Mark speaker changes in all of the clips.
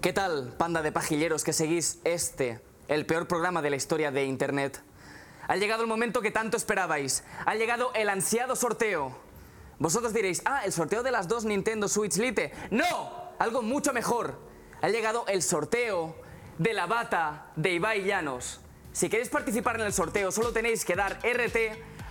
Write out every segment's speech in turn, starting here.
Speaker 1: ¿Qué tal, panda de pajilleros que seguís este, el peor programa de la historia de Internet? Ha llegado el momento que tanto esperabais. Ha llegado el ansiado sorteo. Vosotros diréis, ah, el sorteo de las dos Nintendo Switch Lite. ¡No! Algo mucho mejor. Ha llegado el sorteo de la bata de Ibai Llanos. Si queréis participar en el sorteo, solo tenéis que dar RT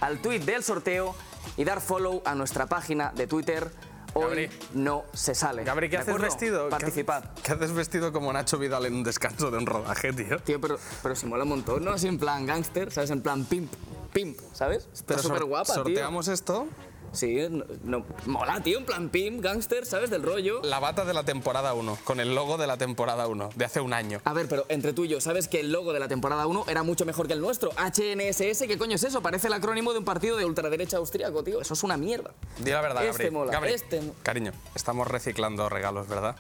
Speaker 1: al tweet del sorteo y dar follow a nuestra página de Twitter. Hoy
Speaker 2: Gabri.
Speaker 1: no se sale.
Speaker 2: Gabriel, ¿qué
Speaker 1: ¿De
Speaker 2: haces
Speaker 1: acuerdo?
Speaker 2: vestido?
Speaker 1: Participad.
Speaker 2: ¿Qué haces vestido como Nacho Vidal en un descanso de un rodaje, tío?
Speaker 1: Tío, pero, pero se mola un montón, ¿no? Así en plan gángster, ¿sabes? En plan pimp, pimp, ¿sabes? Está
Speaker 2: sor-
Speaker 1: súper guapa, tío.
Speaker 2: sorteamos esto.
Speaker 1: Sí, no, no- mola, tío, en plan pimp, gángster, ¿sabes? Del rollo.
Speaker 2: La bata de la temporada 1, con el logo de la temporada 1, de hace un año.
Speaker 1: A ver, pero entre tú y yo, ¿sabes que el logo de la temporada 1 era mucho mejor que el nuestro? HNSS, ¿qué coño es eso? Parece el acrónimo de un partido de ultraderecha austríaco, tío. Eso es una mierda.
Speaker 2: Di la verdad,
Speaker 1: Este
Speaker 2: Gabri.
Speaker 1: mola,
Speaker 2: Gabri,
Speaker 1: este mo-
Speaker 2: Cariño, estamos reciclando regalos, ¿verdad?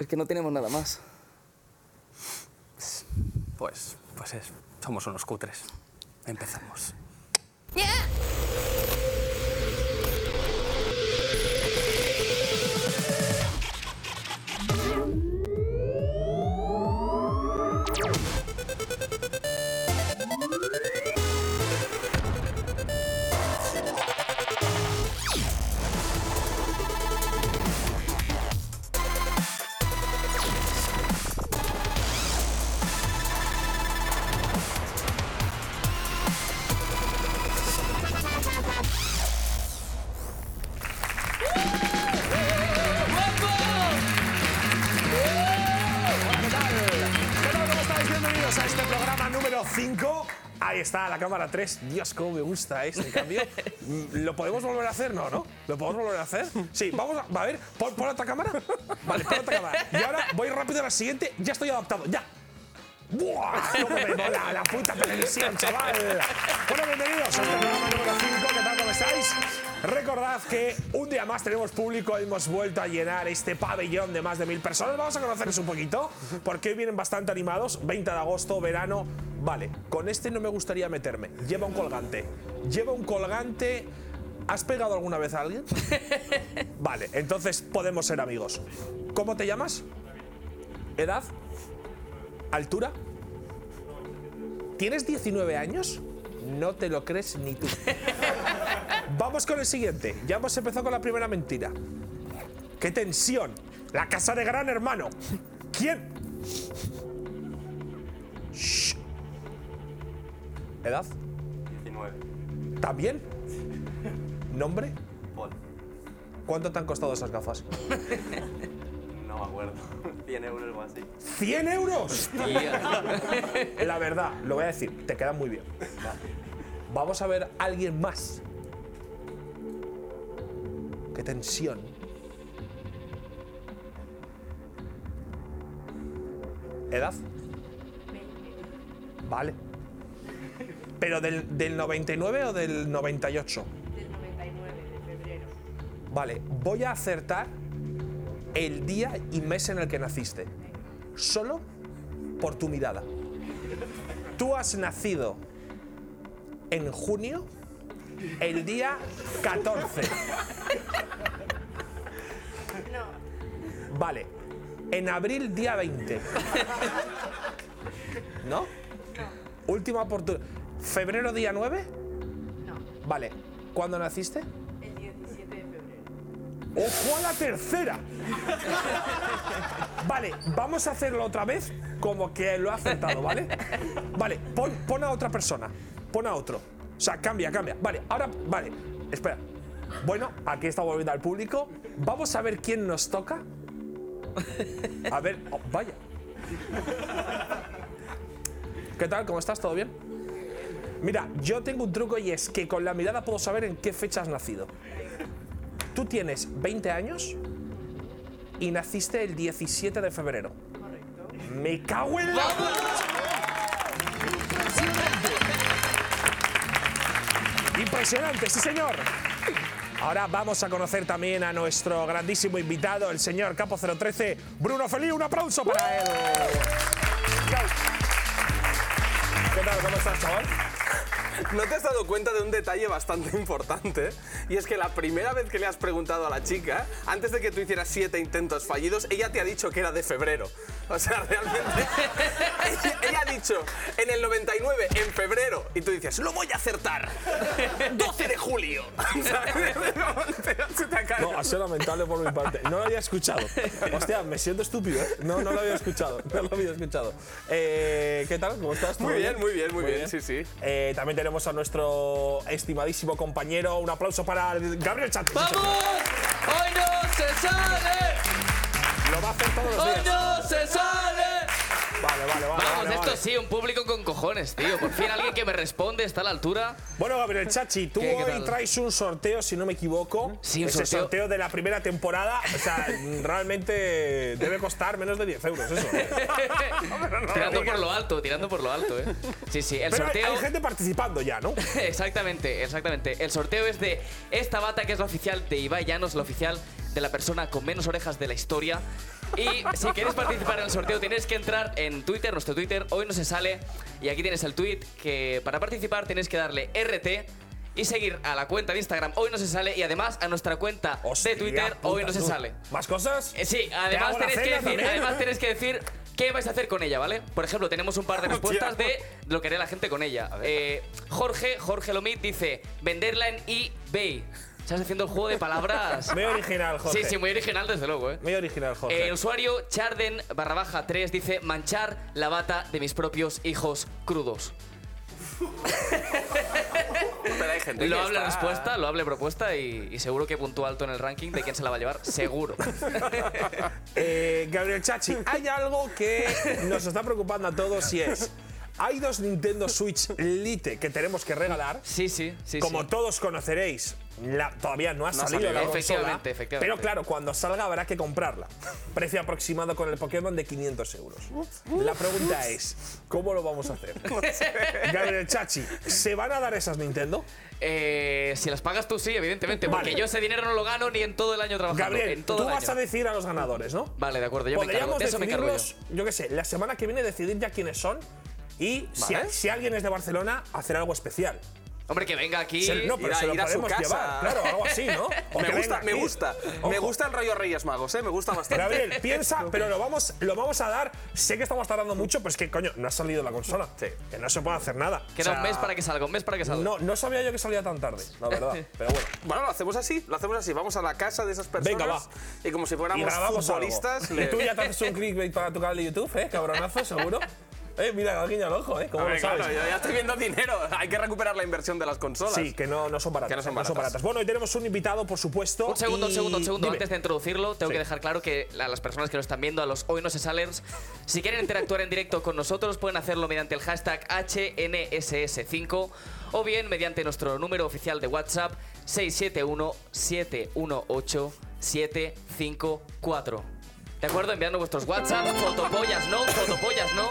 Speaker 1: Es que no tenemos nada más.
Speaker 2: Pues, pues es. Somos unos cutres. Empezamos.
Speaker 3: Hola, ¿cómo estáis? Bienvenidos a este programa número 5. Ahí está, la cámara 3. Dios, cómo me gusta este cambio. Mm, ¿Lo podemos volver a hacer? No, ¿no? ¿Lo podemos volver a hacer? Sí, vamos a, va a ver, pon, pon otra cámara. Vale, pon otra cámara. Y ahora voy rápido a la siguiente. Ya estoy adaptado, ya. ¡Buah! ¡Cómo me mola la puta televisión, chaval! Bueno, bienvenidos al programa número 5. ¿Qué tal? ¿Cómo estáis? Recordad que un día más tenemos público. Hemos vuelto a llenar este pabellón de más de mil personas. Vamos a conocerles un poquito, porque hoy vienen bastante animados. 20 de agosto, verano. Vale, con este no me gustaría meterme. Lleva un colgante. Lleva un colgante. ¿Has pegado alguna vez a alguien? Vale, entonces podemos ser amigos. ¿Cómo te llamas? ¿Edad? ¿Altura? ¿Tienes 19 años? No te lo crees ni tú. Vamos con el siguiente. Ya hemos empezado con la primera mentira. ¡Qué tensión! La casa de gran hermano. ¿Quién? Shh. ¿Edad?
Speaker 4: 19.
Speaker 3: ¿También? ¿Nombre?
Speaker 4: Paul.
Speaker 3: ¿Cuánto te han costado esas gafas?
Speaker 4: No me acuerdo. 100 euros o así.
Speaker 3: ¡100 euros! La verdad, lo voy a decir, te quedan muy bien. Vamos a ver a alguien más. Qué tensión. ¿Edad? Vale. ¿Pero del, del 99 o del 98? Vale, voy a acertar el día y mes en el que naciste. Solo por tu mirada. Tú has nacido en junio, el día 14. Vale, en abril, día 20. ¿No? Última oportunidad. ¿Febrero, día 9? No. Vale, ¿cuándo naciste? ¡Ojo a la tercera! Vale, vamos a hacerlo otra vez como que lo ha acertado, ¿vale? Vale, pon, pon a otra persona. Pon a otro. O sea, cambia, cambia. Vale, ahora, vale, espera. Bueno, aquí está volviendo al público. Vamos a ver quién nos toca. A ver, oh, vaya. ¿Qué tal? ¿Cómo estás? ¿Todo bien? Mira, yo tengo un truco y es que con la mirada puedo saber en qué fecha has nacido. Tú tienes 20 años y naciste el 17 de febrero. Correcto. ¡Me cago en la Impresionante, sí señor. Ahora vamos a conocer también a nuestro grandísimo invitado, el señor Capo 013, Bruno Feliz. Un aplauso para él. ¿Qué tal? ¿Cómo estás, chaval?
Speaker 2: No te has dado cuenta de un detalle bastante importante. Y es que la primera vez que le has preguntado a la chica, antes de que tú hicieras siete intentos fallidos, ella te ha dicho que era de febrero. O sea, realmente. ella, ella ha dicho en el 99, en febrero. Y tú dices, lo voy a acertar. 12 de julio. ¿Sabes? Pero se te acaba.
Speaker 3: No, ha sido lamentable por mi parte. No lo había escuchado. Hostia, me siento estúpido, ¿eh? No, no lo había escuchado. No lo había escuchado. Eh, ¿Qué tal? ¿Cómo estás? ¿Todo
Speaker 2: Muy bien, muy bien, muy bien, sí, sí.
Speaker 3: Eh, también tenemos a nuestro estimadísimo compañero. Un aplauso para el Gabriel Chat.
Speaker 1: ¡Vamos! ¡Hoy no se sale!
Speaker 3: Lo va a hacer todos los
Speaker 1: ¡Hoy
Speaker 3: días.
Speaker 1: no se sale!
Speaker 3: Vale, vale, vale.
Speaker 1: Pues
Speaker 2: Ah,
Speaker 1: Vamos,
Speaker 3: vale,
Speaker 1: esto
Speaker 3: vale.
Speaker 1: sí, un público con cojones, tío. Por fin alguien que me responde está a la altura.
Speaker 3: Bueno, Gabriel Chachi, tú
Speaker 1: ¿Qué- qué
Speaker 3: hoy
Speaker 1: tal?
Speaker 3: traes un sorteo, si no me equivoco.
Speaker 1: Sí, un
Speaker 3: Ese
Speaker 1: sorteo.
Speaker 3: sorteo de la primera temporada. O sea, realmente debe costar menos de 10 euros eso.
Speaker 1: tirando por lo alto, tirando por lo alto, eh. Sí, sí, el
Speaker 3: Pero hay,
Speaker 1: sorteo.
Speaker 3: hay gente participando ya, ¿no?
Speaker 1: Exactamente, exactamente. El sorteo es de esta bata que es la oficial de Ibai Llanos, la oficial de la persona con menos orejas de la historia. Y si quieres participar en el sorteo tienes que entrar en Twitter, nuestro Twitter, hoy no se sale. Y aquí tienes el tweet que para participar tienes que darle RT y seguir a la cuenta de Instagram, hoy no se sale, y además a nuestra cuenta
Speaker 3: Hostia,
Speaker 1: de Twitter,
Speaker 3: puta,
Speaker 1: hoy no se
Speaker 3: tú.
Speaker 1: sale.
Speaker 3: ¿Más cosas?
Speaker 1: Eh, Sí,
Speaker 3: hago
Speaker 1: además
Speaker 3: la
Speaker 1: tenéis, que
Speaker 3: cena
Speaker 1: decir,
Speaker 3: también.
Speaker 1: además tenéis que decir qué vais a hacer con ella, ¿vale? Por ejemplo, tenemos un par de respuestas de lo que haría la gente con ella. Eh, Jorge, Jorge Lomit dice, venderla en eBay. Estás haciendo el juego de palabras.
Speaker 3: Muy original, Jorge.
Speaker 1: sí, sí, muy original desde luego, ¿eh?
Speaker 3: Muy original, Jorge.
Speaker 1: El usuario charden barra baja 3 dice manchar la bata de mis propios hijos crudos.
Speaker 2: Pero hay gente
Speaker 1: Lo
Speaker 2: que
Speaker 1: hable
Speaker 2: está-
Speaker 1: respuesta, lo hable propuesta y, y seguro que puntúa alto en el ranking de quién se la va a llevar. Seguro.
Speaker 3: Eh, Gabriel Chachi, hay algo que nos está preocupando a todos y es. Hay dos Nintendo Switch Lite que tenemos que regalar.
Speaker 1: Sí, sí, sí.
Speaker 3: Como
Speaker 1: sí.
Speaker 3: todos conoceréis, la- todavía no ha salido
Speaker 1: salido.
Speaker 3: la consola,
Speaker 1: Efectivamente, efectivamente.
Speaker 3: Pero claro, cuando salga habrá que comprarla. Precio aproximado con el Pokémon de 500 euros. La pregunta es, ¿cómo lo vamos a hacer? Gabriel Chachi, ¿se van a dar esas Nintendo?
Speaker 1: Eh, si las pagas tú, sí, evidentemente.
Speaker 3: Vale.
Speaker 1: Porque yo ese dinero no lo gano ni en todo el año trabajando.
Speaker 3: Gabriel,
Speaker 1: en todo
Speaker 3: tú
Speaker 1: el
Speaker 3: vas
Speaker 1: año.
Speaker 3: a decir a los ganadores, ¿no?
Speaker 1: Vale, de acuerdo, yo me encargo.
Speaker 3: Podríamos
Speaker 1: De eso me encargo
Speaker 3: decidirlos, yo. qué sé, la semana que viene decidir ya quiénes son y si,
Speaker 2: Vale.
Speaker 3: si alguien es de Barcelona, hacer algo especial.
Speaker 1: Hombre, que venga aquí.
Speaker 3: Se- no, pero
Speaker 2: ir a-
Speaker 3: se lo
Speaker 2: ir a su
Speaker 3: podemos
Speaker 2: casa.
Speaker 3: llevar, claro, algo así, ¿no? O que
Speaker 2: Me gusta,
Speaker 3: venga
Speaker 2: me
Speaker 3: aquí.
Speaker 2: gusta. Me
Speaker 3: Ojo.
Speaker 2: gusta el rollo Reyes Magos, ¿eh? Me gusta bastante.
Speaker 3: Gabriel, piensa, pero lo vamos, lo vamos a dar. Sé que estamos tardando mucho, pero es que, coño, no ha salido la consola.
Speaker 2: Sí.
Speaker 3: Que no se puede hacer nada.
Speaker 1: Queda
Speaker 3: O sea,
Speaker 1: un mes para que salga, un mes para que salga.
Speaker 3: No, no sabía yo que salía tan tarde, la verdad. Pero bueno.
Speaker 2: Bueno, lo hacemos así, lo hacemos así. Vamos a la casa de esas personas.
Speaker 3: Venga, va.
Speaker 2: Y como si
Speaker 3: Y
Speaker 2: fuéramos
Speaker 3: grabamos algo.
Speaker 2: futbolistas,
Speaker 3: Y
Speaker 2: le-
Speaker 3: tú ya te haces un clickbait para tu canal de YouTube, ¿eh? Cabronazo, seguro. Eh, mira, guiña al ojo, ¿eh? ¿Cómo
Speaker 1: Ah,
Speaker 2: Hombre,
Speaker 3: lo sabes?
Speaker 2: claro, yo Ah, ya estoy viendo dinero. Hay que recuperar la inversión de las consolas.
Speaker 3: Sí, que no, no son baratas.
Speaker 2: Que no son baratas.
Speaker 3: Bueno, hoy tenemos un invitado, por supuesto.
Speaker 1: Un segundo, un
Speaker 3: y-
Speaker 1: segundo, un segundo.
Speaker 3: dime.
Speaker 1: Antes de introducirlo, tengo
Speaker 3: Sí.
Speaker 1: que dejar claro que a las personas que lo están viendo, a los hoy no se salers, si quieren interactuar en directo con nosotros, pueden hacerlo mediante el hashtag HNSS5 o bien mediante nuestro número oficial de WhatsApp 671-718-754. ¿De acuerdo? Enviando vuestros WhatsApp, fotopollas no, fotopollas no.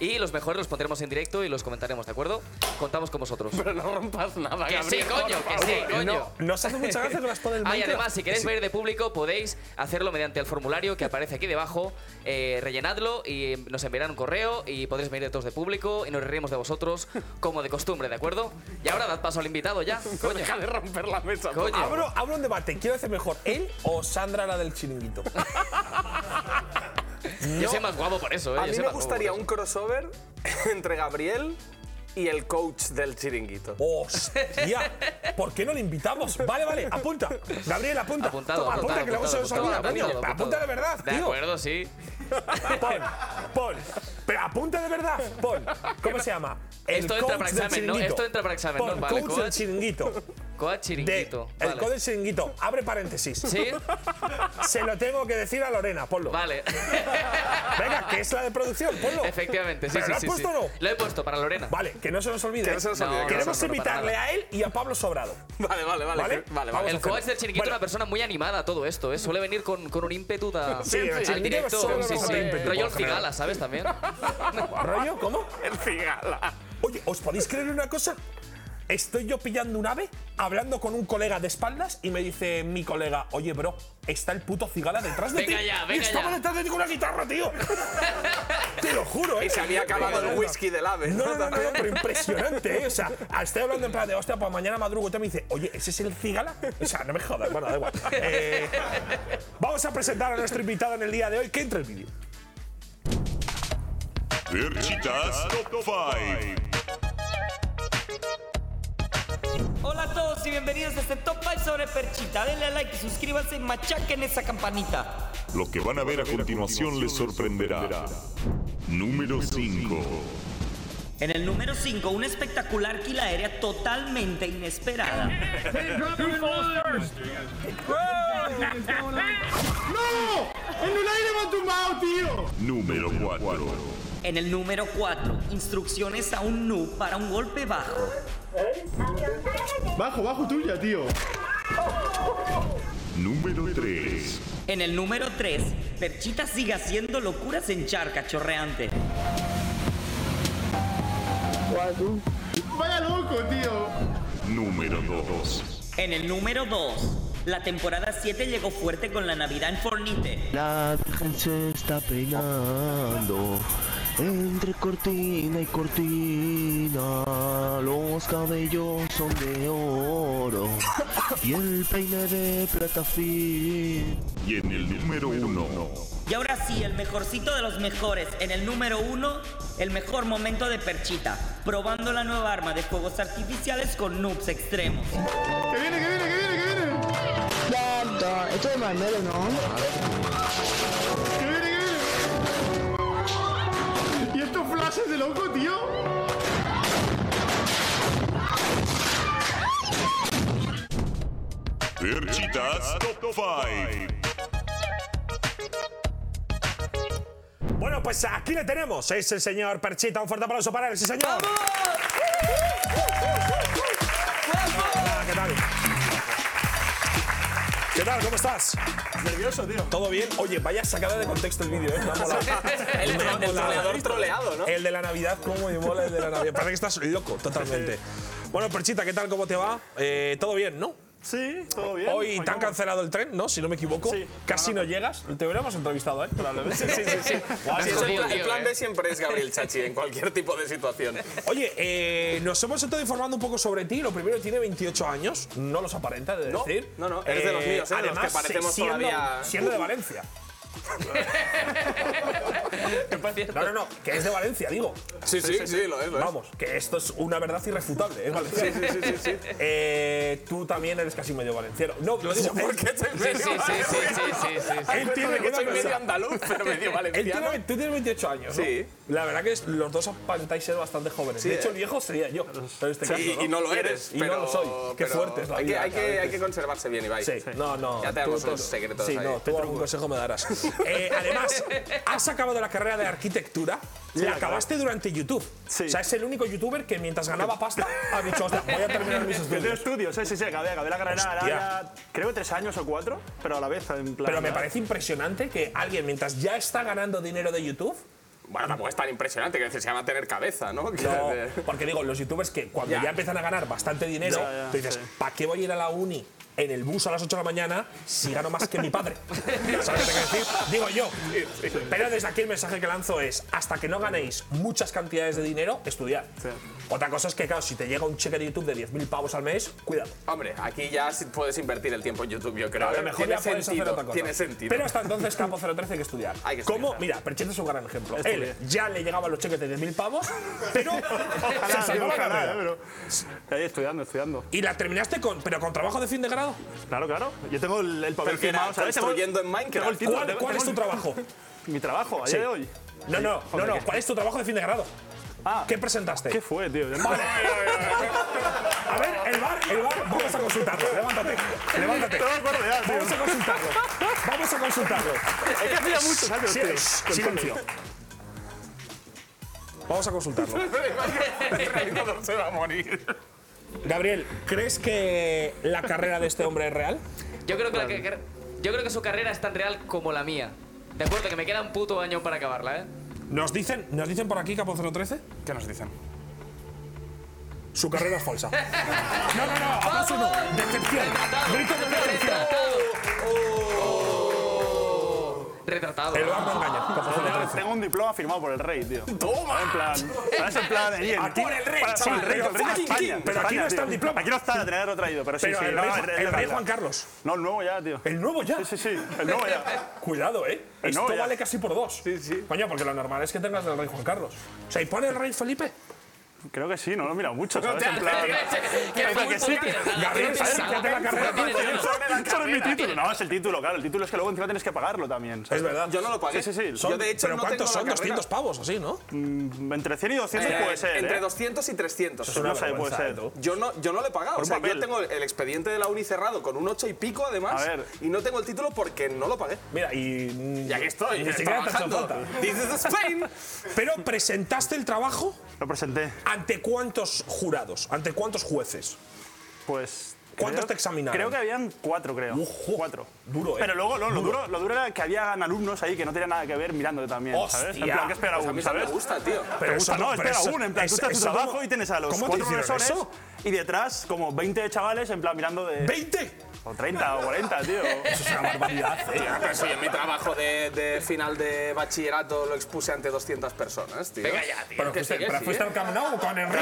Speaker 1: Y los mejores los pondremos en directo y los comentaremos, ¿de acuerdo? Contamos con vosotros.
Speaker 2: Pero no rompas nada,
Speaker 1: Que sí,
Speaker 2: Gabriel,
Speaker 1: coño,
Speaker 2: por
Speaker 1: que
Speaker 2: favor.
Speaker 1: sí, coño.
Speaker 3: Nos hace mucha gracia que las pone el
Speaker 1: Ah, y
Speaker 3: Minecraft.
Speaker 1: además, si queréis ver de público, podéis hacerlo mediante el formulario que aparece aquí debajo. eh, rellenadlo y nos enviarán un correo y podréis venir de todos de público y nos reiremos de vosotros como de costumbre, ¿de acuerdo? Y ahora dad paso al invitado ya. Coño,
Speaker 2: Deja de romper la mesa. por
Speaker 1: coño.
Speaker 3: Abro, abro un debate. Quiero hacer mejor, ¿él o Sandra, la del chiringuito?
Speaker 1: Yo soy más guapo por eso, ¿eh?
Speaker 2: A
Speaker 1: yo
Speaker 2: mí
Speaker 1: soy
Speaker 2: me
Speaker 1: más guapo por
Speaker 2: gustaría
Speaker 1: eso.
Speaker 2: un crossover entre Gabriel y el coach del chiringuito.
Speaker 3: ¡Hostia! ¿Por qué no le invitamos? Vale, vale, apunta. Gabriel, apunta.
Speaker 1: Apuntado,
Speaker 3: apunta,
Speaker 1: apuntado,
Speaker 3: que luego se nos
Speaker 1: apuntado,
Speaker 3: olvida,
Speaker 1: apuntado,
Speaker 3: coño.
Speaker 1: apuntado,
Speaker 3: Apunta de verdad,
Speaker 1: De
Speaker 3: tío.
Speaker 1: acuerdo, sí.
Speaker 3: Pon, pon. Pero apunta de verdad, pon. ¿Cómo se llama?
Speaker 1: Esto entra para
Speaker 3: del
Speaker 1: examen, ¿no?
Speaker 3: chiringuito.
Speaker 1: Esto entra para examen, ¿no?
Speaker 3: Pon,
Speaker 1: Vale,
Speaker 3: coach
Speaker 1: coach.
Speaker 3: del chiringuito.
Speaker 1: Coa
Speaker 3: De-
Speaker 1: chiringuito.
Speaker 3: El coach
Speaker 1: vale.
Speaker 3: del chiringuito. Abre paréntesis.
Speaker 1: ¿Sí?
Speaker 3: Se lo tengo que decir a Lorena, ponlo.
Speaker 1: Vale.
Speaker 3: Venga, que es la de producción, ponlo.
Speaker 1: Efectivamente, sí,
Speaker 3: ¿Pero
Speaker 1: sí,
Speaker 3: lo has
Speaker 1: sí,
Speaker 3: puesto
Speaker 1: sí.
Speaker 3: o no?
Speaker 1: Lo he puesto para Lorena.
Speaker 3: Vale, que no se nos olvide. ¿eh?
Speaker 2: Que no se nos
Speaker 1: No,
Speaker 2: olvide, que no se
Speaker 3: Queremos
Speaker 2: nos olvide.
Speaker 3: invitarle a él y a Pablo Sobrado.
Speaker 2: Vale, vale, vale.
Speaker 3: Vale,
Speaker 2: Vale, vale.
Speaker 3: vamos
Speaker 1: El
Speaker 3: a hacer.
Speaker 1: coach del chiringuito es
Speaker 3: Bueno.
Speaker 1: una persona muy animada a todo esto, ¿eh? Suele venir con, con un ímpetu da,
Speaker 3: Sí, el
Speaker 1: al
Speaker 3: chiringuito
Speaker 1: directo.
Speaker 3: suele
Speaker 1: Sí,
Speaker 3: venir
Speaker 1: sí.
Speaker 3: con ímpetu,
Speaker 1: Rollo
Speaker 3: por
Speaker 1: el cigala, ¿sabes? También.
Speaker 3: ¿Rollo? ¿Cómo?
Speaker 2: El cigala.
Speaker 3: Oye, ¿os podéis creer una cosa? Estoy yo pillando un ave, hablando con un colega de espaldas y me dice mi colega, oye, bro, está el puto cigala detrás de ti.
Speaker 1: Venga ya,
Speaker 3: y
Speaker 1: venga
Speaker 3: estaba
Speaker 1: ya.
Speaker 3: detrás de ti con una guitarra, tío. Te lo juro, ¿eh?
Speaker 2: Y se había acabado el
Speaker 3: No, no,
Speaker 2: whisky del ave,
Speaker 3: No, no, no, no,
Speaker 2: También.
Speaker 3: pero impresionante, ¿eh? O sea, estoy hablando en plan de, hostia, pues mañana madrugo. Y me dice, oye, ¿ese es el cigala? O sea, no me jodas, bueno, da igual. Eh, vamos a presentar a nuestro invitado en el día de hoy. que entra el vídeo?
Speaker 5: Ver chicas top 5.
Speaker 6: Hola a todos y bienvenidos a este Top 5 sobre Perchita. Denle a like y suscríbanse y machaquen esa campanita.
Speaker 5: Lo que van a ver a continuación les sorprenderá. Número 5.
Speaker 6: En el número 5, una espectacular quila aérea totalmente inesperada.
Speaker 5: Número 4.
Speaker 6: En el número 4, instrucciones a un noob para un golpe bajo.
Speaker 7: Bajo, bajo tuya, tío.
Speaker 5: Número 3.
Speaker 6: En el número 3, Perchita sigue haciendo locuras en charca chorreante.
Speaker 7: Vaya loco, tío.
Speaker 5: Número 2.
Speaker 6: En el número 2, la temporada 7 llegó fuerte con la Navidad en Fornite.
Speaker 8: La Virgen se está peinando entre cortina y cortina. Los cabellos son de oro y el peine de plata fina.
Speaker 5: Y en el número 1.
Speaker 6: Y ahora sí, el mejorcito de los mejores. En el número uno, el mejor momento de Perchita. Probando la nueva arma de fuegos artificiales con noobs extremos.
Speaker 7: Que viene, que viene, que viene, que viene.
Speaker 9: Esto es Manuel, ¿no?
Speaker 7: Que viene, que viene. Y estos flashes de loco, tío.
Speaker 5: Ver chicas top 5.
Speaker 3: Bueno, pues aquí le tenemos. Es el señor Perchita. Un fuerte aplauso para él, sí, señor. Hola, ¿Qué tal? ¿Qué tal? ¿Cómo estás?
Speaker 7: Nervioso, tío.
Speaker 3: ¿Todo bien? Oye, vaya sacada de contexto el vídeo, ¿eh? Me ha molado.
Speaker 1: El
Speaker 3: Me ha
Speaker 1: tro- del
Speaker 3: molado.
Speaker 2: Troleador troleado, ¿no?
Speaker 3: El de la Navidad, cómo me mola el de la Navidad. Parece que estás loco, totalmente. Bueno, Perchita, ¿qué tal? ¿Cómo te va? Eh, ¿Todo bien, no?
Speaker 7: Sí, todo bien.
Speaker 3: Hoy te han cancelado el tren, ¿no? Si no me equivoco.
Speaker 7: Sí.
Speaker 3: Casi no llegas. Te hubiéramos entrevistado, ¿eh?
Speaker 7: Sí, sí, sí.
Speaker 2: Sí, eso,
Speaker 1: Tío,
Speaker 2: el, plan, el
Speaker 1: tío,
Speaker 2: plan
Speaker 1: eh.
Speaker 2: B siempre es Gabriel Chachi en cualquier tipo de situación.
Speaker 3: Oye, eh, nos hemos estado informando un poco sobre ti. Lo primero, tiene 28 años. No los aparenta, de
Speaker 2: No,
Speaker 3: decir.
Speaker 2: no, no, eres de los míos, ¿eh? De los
Speaker 3: además,
Speaker 2: que parecemos
Speaker 3: siendo,
Speaker 2: todavía-
Speaker 3: siendo de Valencia. No, no, no, que es de Valencia, digo.
Speaker 2: Sí, sí, sí, lo es. Lo es.
Speaker 3: Vamos, que esto es una verdad irrefutable, ¿eh? Valencia.
Speaker 2: Sí, sí, sí, sí, sí.
Speaker 3: Eh, tú también eres casi medio valenciano. No, lo digo
Speaker 2: ¿Por qué te
Speaker 1: Sí, sí, sí, sí, sí, sí, sí, sí.
Speaker 3: Él tiene que
Speaker 2: que soy medio
Speaker 3: pensar.
Speaker 2: andaluz, pero medio
Speaker 3: Él
Speaker 2: valenciano.
Speaker 3: tiene, tú tienes 28 años, ¿no?
Speaker 2: Sí.
Speaker 3: La verdad que es- los dos aparentáis ser bastante jóvenes. de hecho,
Speaker 2: eh.
Speaker 3: el viejo sería yo, en este caso.
Speaker 2: Y, y no lo eres,
Speaker 3: Y
Speaker 2: pero,
Speaker 3: no lo soy. Qué
Speaker 2: pero
Speaker 3: fuerte es la
Speaker 2: hay
Speaker 3: vida.
Speaker 2: Que, hay, que,
Speaker 3: ¿sabes?
Speaker 2: hay que conservarse bien, Ibai.
Speaker 3: Sí, no, no.
Speaker 2: Ya te
Speaker 3: tú-
Speaker 2: damos
Speaker 3: tú-
Speaker 2: unos secretos
Speaker 3: Sí,
Speaker 2: ahí.
Speaker 3: no, tú algún consejo me darás. Eh, además, has acabado la carrera de arquitectura. la acabaste durante YouTube.
Speaker 7: Sí.
Speaker 3: O sea, es el único youtuber que mientras ganaba pasta ha dicho, "Hostia, voy a terminar mis
Speaker 7: Yo tengo
Speaker 3: estudios.
Speaker 7: estudios, sí, sí, sí, acabé, acabé la carrera, ahora
Speaker 3: Hostia.
Speaker 7: ya, creo que tres años o cuatro, pero a la vez, en plan...
Speaker 3: Pero me parece impresionante que alguien, mientras ya está ganando dinero de YouTube,
Speaker 2: Bueno, tampoco es tan impresionante, que decir, se llama tener cabeza, ¿no? Que-
Speaker 3: No,
Speaker 2: de-
Speaker 3: porque digo, los youtubers que cuando ya,
Speaker 2: Ya.
Speaker 3: empiezan a ganar bastante dinero,
Speaker 7: Ya, ya,
Speaker 3: tú dices,
Speaker 7: sí.
Speaker 3: ¿para qué voy a ir a la uni en el bus a las 8 de la mañana si gano más que mi padre? ¿Sabes lo que quiero decir? Digo yo. Pero desde aquí el mensaje que lanzo es, hasta que no ganéis muchas cantidades de dinero, estudiar. Otra cosa es que, claro, si te llega un cheque de YouTube de 10.000 pavos al mes, cuidado.
Speaker 2: Hombre, aquí ya sí puedes invertir el tiempo en YouTube, yo creo.
Speaker 3: A lo
Speaker 2: ¿eh?
Speaker 3: mejor
Speaker 2: tiene
Speaker 3: ya puedes hacer
Speaker 2: sentido,
Speaker 3: otra cosa.
Speaker 2: Tiene sentido.
Speaker 3: Pero hasta entonces, Campo 013 hay que estudiar.
Speaker 2: Hay que estudiar,
Speaker 3: ¿Cómo?
Speaker 2: claro.
Speaker 3: Mira, Perchete es un gran ejemplo. Él
Speaker 7: Estudiar.
Speaker 3: ya le llegaban los cheques de 10.000 pavos, pero se
Speaker 7: Ojalá,
Speaker 3: salvó
Speaker 7: tío,
Speaker 3: la
Speaker 7: ojalá,
Speaker 3: carrera.
Speaker 7: eh, pero... Ahí estudiando, estudiando.
Speaker 3: ¿Y la terminaste con, pero con trabajo de fin de grado?
Speaker 7: Claro, claro. Yo tengo el, el papel
Speaker 2: Porque era
Speaker 7: firmado, ¿sabes? Tengo el-
Speaker 2: construyendo en
Speaker 7: Tengo el
Speaker 2: Minecraft.
Speaker 7: título.
Speaker 3: ¿Cuál,
Speaker 7: tengo-
Speaker 3: cuál es
Speaker 7: tengo
Speaker 3: tu
Speaker 7: el-
Speaker 3: trabajo?
Speaker 7: Mi trabajo, a día
Speaker 3: Sí.
Speaker 7: de hoy.
Speaker 3: No, no, no,
Speaker 7: Joder,
Speaker 3: no.
Speaker 7: ¿qué?
Speaker 3: ¿Cuál es tu trabajo de fin de grado?
Speaker 7: Ah,
Speaker 3: ¿Qué presentaste?
Speaker 7: ¿qué fue, tío? Yo no-
Speaker 3: A ver, el bar, el bar, vamos a consultarlo. Levántate, levántate.
Speaker 7: No me acuerdo ya, tío.
Speaker 3: Vamos a consultarlo. Vamos a consultarlo.
Speaker 7: Es que hacía muchos años,
Speaker 3: Sí,
Speaker 7: tío.
Speaker 3: shh, silencio. Vamos a consultarlo.
Speaker 2: se va a morir.
Speaker 3: Gabriel, ¿crees que la carrera de este hombre es real?
Speaker 1: Yo creo que, la que- yo creo que su carrera es tan real como la mía. De acuerdo, que me queda un puto año para acabarla, ¿eh?
Speaker 3: Nos dicen, nos dicen por aquí, Capo 013,
Speaker 10: ¿Qué nos dicen?
Speaker 3: su carrera es falsa. No, no, no, aplauso no. Decepción. Grito de decepción.
Speaker 1: ¡Retratado! ¡Oh! retratado.
Speaker 3: El bar no engaña. Por lo general,
Speaker 11: Tengo un diploma firmado por el rey, tío.
Speaker 3: ¡Toma!
Speaker 11: En plan, ¿sabes? En plan, y
Speaker 3: Ah, por el rey,
Speaker 11: para-
Speaker 3: chaval,
Speaker 11: sí, el
Speaker 3: pero
Speaker 11: rey, el rey de
Speaker 3: fucking
Speaker 11: España,
Speaker 3: king,
Speaker 11: de
Speaker 3: pero aquí
Speaker 11: España,
Speaker 3: no está
Speaker 11: tío.
Speaker 3: el diploma.
Speaker 11: Aquí no está, lo tenía que haber traído, pero sí,
Speaker 3: Pero
Speaker 11: sí.
Speaker 3: el
Speaker 11: no,
Speaker 3: rey Ju- el rey
Speaker 11: la-
Speaker 3: Juan Carlos.
Speaker 11: No, el nuevo ya, tío.
Speaker 3: El nuevo ya.
Speaker 11: Sí, sí, sí, el nuevo ya.
Speaker 3: Cuidado, ¿eh?
Speaker 11: El
Speaker 3: Esto
Speaker 11: nuevo ya.
Speaker 3: vale casi por dos. Sí, sí. Coño, porque lo normal es que tengas el rey Juan Carlos. O sea, ¿y pone el rey Felipe?
Speaker 11: Creo que sí, no lo he mirado mucho, ¿sabes?
Speaker 3: te-
Speaker 11: En plan,
Speaker 1: Que
Speaker 11: en plan que
Speaker 1: muy
Speaker 11: sí.
Speaker 1: poco tiene, nada, ¿eh?
Speaker 3: Gabriel,
Speaker 1: tiene
Speaker 3: ¿sabes?
Speaker 1: pensado.
Speaker 3: Fíjate la carrera.
Speaker 1: No tiene nada.
Speaker 11: Solo es mi título. No, es el título, claro. El título es que luego encima tienes que pagarlo también.
Speaker 3: Es
Speaker 11: ¿sabes?
Speaker 3: verdad.
Speaker 2: Yo no lo pagué.
Speaker 11: Sí, sí, sí.
Speaker 2: Yo,
Speaker 11: Son-
Speaker 2: de hecho,
Speaker 3: ¿Pero
Speaker 2: no tengo
Speaker 3: cuántos son?
Speaker 2: la
Speaker 3: 200
Speaker 2: carrera.
Speaker 3: pavos, así, ¿no?
Speaker 11: Entre 100 y 200
Speaker 2: Eh,
Speaker 11: puede ser.
Speaker 2: Entre
Speaker 11: ¿eh? Pues
Speaker 2: 200 y 300.
Speaker 3: una
Speaker 11: No sé, puede
Speaker 3: vergüenza,
Speaker 11: ser.
Speaker 3: ¿eh, tú?
Speaker 2: Yo no, yo no le he pagado. O
Speaker 11: Por un
Speaker 2: sea, yo
Speaker 11: papel.
Speaker 2: tengo el, el expediente de la uni cerrado con un 8 y pico, además.
Speaker 11: A ver.
Speaker 2: Y no tengo el título porque no lo pagué.
Speaker 3: Mira, y.
Speaker 2: Ya que estoy,
Speaker 3: Ni siquiera te ha hecho
Speaker 2: trabajando.
Speaker 3: falta.
Speaker 2: This is Spain.
Speaker 3: Pero presentaste el trabajo
Speaker 11: Lo presenté.
Speaker 3: ante cuántos jurados, ante cuántos jueces.
Speaker 11: Pues.
Speaker 3: ¿Cuántos
Speaker 11: creo-
Speaker 3: te examinaron?
Speaker 11: Creo que habían cuatro, creo.
Speaker 3: Ujú.
Speaker 11: Cuatro.
Speaker 3: Duro, ¿eh?
Speaker 11: Pero luego no, lo, duro, lo duro era que habían alumnos ahí que no tenían nada que ver mirándote también, ¿sabes? En
Speaker 3: Hostia.
Speaker 11: plan, que espera
Speaker 2: Pues a
Speaker 11: aún,
Speaker 2: mí eso me
Speaker 11: ¿sabes?
Speaker 2: gusta, tío.
Speaker 11: Pero gusta,
Speaker 3: eso
Speaker 11: no, espera
Speaker 3: eso-
Speaker 11: aún, en plan, tú
Speaker 3: eso-
Speaker 11: estás en tu
Speaker 3: eso
Speaker 11: trabajo
Speaker 3: cómo-
Speaker 11: y tienes a los
Speaker 3: ¿cómo te
Speaker 11: cuatro
Speaker 3: hicieron
Speaker 11: profesores
Speaker 3: eso?
Speaker 11: y detrás como 20 chavales en plan mirando de...
Speaker 3: ¡20!
Speaker 11: O 30 o 40, tío.
Speaker 3: Eso es una barbaridad, ¿eh?
Speaker 2: Ya, pero si yo en mi trabajo de, de final de bachillerato lo expuse ante 200 personas, tío.
Speaker 1: Venga ya, tío.
Speaker 3: Pero
Speaker 2: Que
Speaker 3: fuiste,
Speaker 2: sí, que
Speaker 3: pero
Speaker 2: sí,
Speaker 3: fuiste
Speaker 2: ¿eh?
Speaker 3: al Camp Nou con Henry.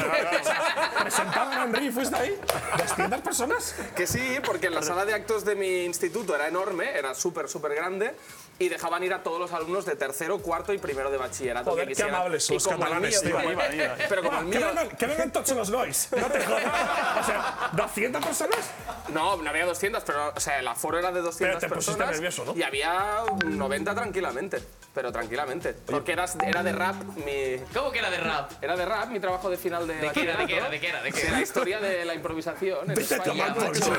Speaker 3: Presentaron a Henry y fuiste ahí. ¿200 personas?
Speaker 2: Que sí, porque en la sala de actos de mi instituto era enorme, era súper, súper grande, y dejaban ir a todos los alumnos de tercero, cuarto y primero de bachillerato.
Speaker 3: Joder,
Speaker 2: que
Speaker 3: qué
Speaker 2: quisieran.
Speaker 3: amables
Speaker 2: Y
Speaker 3: los
Speaker 2: como el
Speaker 3: catalanes,
Speaker 2: mío-
Speaker 3: tío.
Speaker 11: Iban, iban.
Speaker 2: Pero como el
Speaker 3: Que
Speaker 2: mío.
Speaker 3: vengan, que vengan todos los nois. No te jodas. O sea, 200 personas.
Speaker 2: No, no había 200, pero o sea, el aforo era de 200
Speaker 3: Pero te pusiste
Speaker 2: personas.
Speaker 3: nervioso, ¿no?
Speaker 2: Y había 90 tranquilamente, pero tranquilamente. Porque era, era de rap mi.
Speaker 1: ¿Cómo que era de rap?
Speaker 2: Era de rap mi trabajo de final de.
Speaker 1: ¿De qué era? ¿De qué era?
Speaker 2: bachillerato.
Speaker 1: ¿De qué era? ¿De qué
Speaker 2: Sí,
Speaker 1: era?
Speaker 2: la historia de la improvisación. En
Speaker 3: Vete a
Speaker 2: España.
Speaker 3: tomar por culo.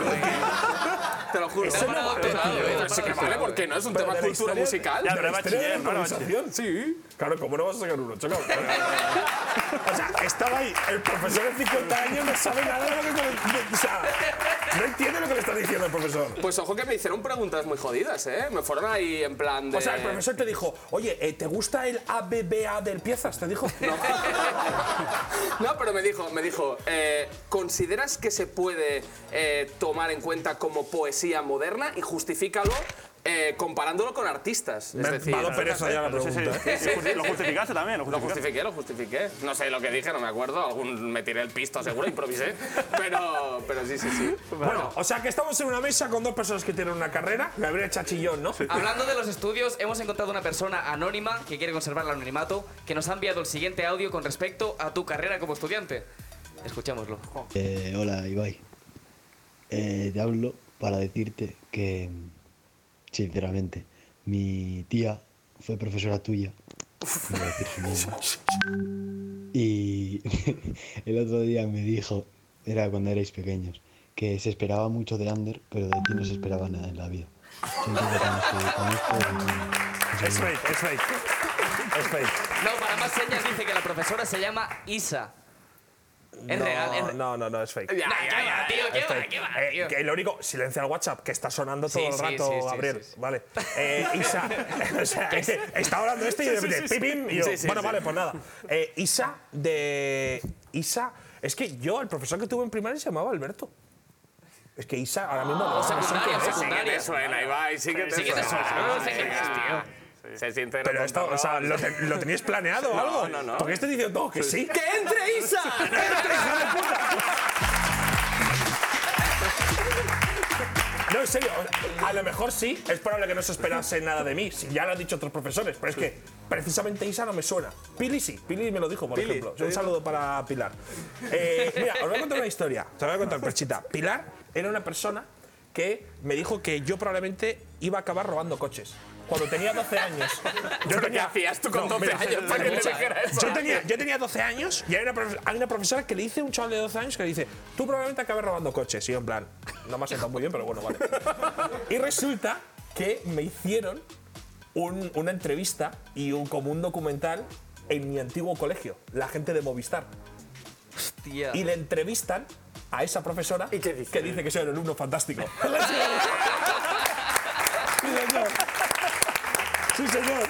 Speaker 2: Te lo juro.
Speaker 3: Eso no
Speaker 1: Para
Speaker 3: vale,
Speaker 1: doctorado,
Speaker 3: tío.
Speaker 1: ¿eh?
Speaker 2: Pero sí que vale, porque no es un
Speaker 3: Pero
Speaker 2: tema de
Speaker 3: de la
Speaker 2: cultura
Speaker 3: historia-
Speaker 2: musical.
Speaker 11: Ya, pero
Speaker 3: ¿De
Speaker 11: era
Speaker 3: la historia de la
Speaker 11: bachiller, no era
Speaker 3: improvisación? Sí. Claro, ¿cómo no vas a sacar uno, chaval? O sea, estaba ahí el profesor de 50 años, no sabe nada de lo que... de- O sea, no entiende lo que le está diciendo el profesor.
Speaker 2: Pues ojo que me hicieron preguntas muy jodidas, ¿eh? Me fueron ahí en plan de.
Speaker 3: O sea, el profesor te dijo, oye, eh, ¿te gusta el ABBA del piezas? Te dijo.
Speaker 2: No, pero me dijo, me dijo, eh, ¿consideras que se puede eh, tomar en cuenta como poesía moderna y justifícalo eh, comparándolo con artistas? Es
Speaker 3: Me
Speaker 2: decir,
Speaker 3: ha dado pereza ya la
Speaker 11: Sí, sí,
Speaker 3: pregunta. ¿eh?
Speaker 11: sí, sí. Lo justificaste también, lo
Speaker 2: lo
Speaker 11: justificaste.
Speaker 2: justifiqué, lo justifiqué. No sé lo que dije, no me acuerdo. Algún me tiré el pisto seguro, improvisé. Pero, pero sí, sí, sí.
Speaker 3: ¿eh? Bueno, o sea que estamos en una mesa con dos personas que tienen una carrera. Gabriel Chachillón, ¿no?
Speaker 1: Hablando de los estudios, hemos encontrado una persona anónima que quiere conservar el anonimato que nos ha enviado el siguiente audio con respecto a tu carrera como estudiante. Escuchémoslo.
Speaker 8: Eh, hola, Ibai. Eh, te hablo para decirte que, sinceramente, mi tía fue profesora tuya. No voy a decir su nombre. Y el otro día me dijo, era cuando erais pequeños, que se esperaba mucho de Ander, pero de ti no se esperaba nada en la vida. Siento que te hemos pedido con esto y-
Speaker 3: Es fake, es fake. Es fake.
Speaker 1: No, para más señas dice que la profesora se llama Isa. Es real, es re-
Speaker 3: No, no, no, es fake.
Speaker 2: Ya,
Speaker 1: Nah,
Speaker 2: ya,
Speaker 1: ¿qué
Speaker 2: ya,
Speaker 1: va, tío?
Speaker 3: Es
Speaker 1: ¿Qué va?
Speaker 3: fake.
Speaker 1: ¿Qué va,
Speaker 3: Eh,
Speaker 1: tío?
Speaker 3: que lo único, silencia el WhatsApp, que está sonando todo
Speaker 1: Sí,
Speaker 3: el
Speaker 1: sí,
Speaker 3: rato,
Speaker 1: sí, sí,
Speaker 3: Gabriel.
Speaker 1: sí, sí.
Speaker 3: Vale. Eh, Isa, o sea, eh, está hablando este y de repente, pim, pim, y yo,
Speaker 2: Sí, sí,
Speaker 3: bueno,
Speaker 2: sí.
Speaker 3: vale, pues nada. Eh, Isa, de. Isa, es que yo, el profesor que tuve en primaria se llamaba Alberto. Es que Isa, ahora mismo. no
Speaker 1: O
Speaker 3: sé
Speaker 1: secundaria,
Speaker 3: quién
Speaker 1: o
Speaker 3: es.
Speaker 2: Sí que
Speaker 1: secundaria.
Speaker 2: te suena, Ibai, sí que te
Speaker 1: Sí que te
Speaker 2: suena.
Speaker 1: suena, no sé qué es,
Speaker 2: Venga.
Speaker 1: tío.
Speaker 2: Sé sincero.
Speaker 3: Pero esto, o sea,
Speaker 2: tontorrón.
Speaker 3: ¿lo, ten- lo teníais planeado o algo?
Speaker 2: no, no.
Speaker 3: Porque este dice todo que sí.
Speaker 2: ¡Que entre Isa!
Speaker 3: No, en serio, a lo mejor sí, es probable que no se esperase nada de mí, si ya lo han dicho otros profesores, pero es que precisamente Isa no me suena. Pili sí, Pili me lo dijo, por ejemplo. Un saludo para Pilar. Eh, mira, os voy a contar una historia, te voy a contar, Perchita. Pilar era una persona que me dijo que yo probablemente iba a acabar robando coches. Cuando tenía 12 años. Yo
Speaker 2: ¿Pero qué hacías tú con 12 años para que te dijera eso?
Speaker 3: Yo tenía, yo tenía 12 años y hay una, profe- hay una profesora que le dice, un chaval de 12 años, que le dice, tú probablemente acabes robando coches. Y yo, en plan, no me ha sentado muy bien, pero bueno, vale. Y resulta que me hicieron un- una entrevista y un, como un documental en mi antiguo colegio, la gente de Movistar.
Speaker 1: Hostia.
Speaker 3: Y le entrevistan a esa profesora que dice que soy el alumno fantástico. Sí, señor. Sí, señor.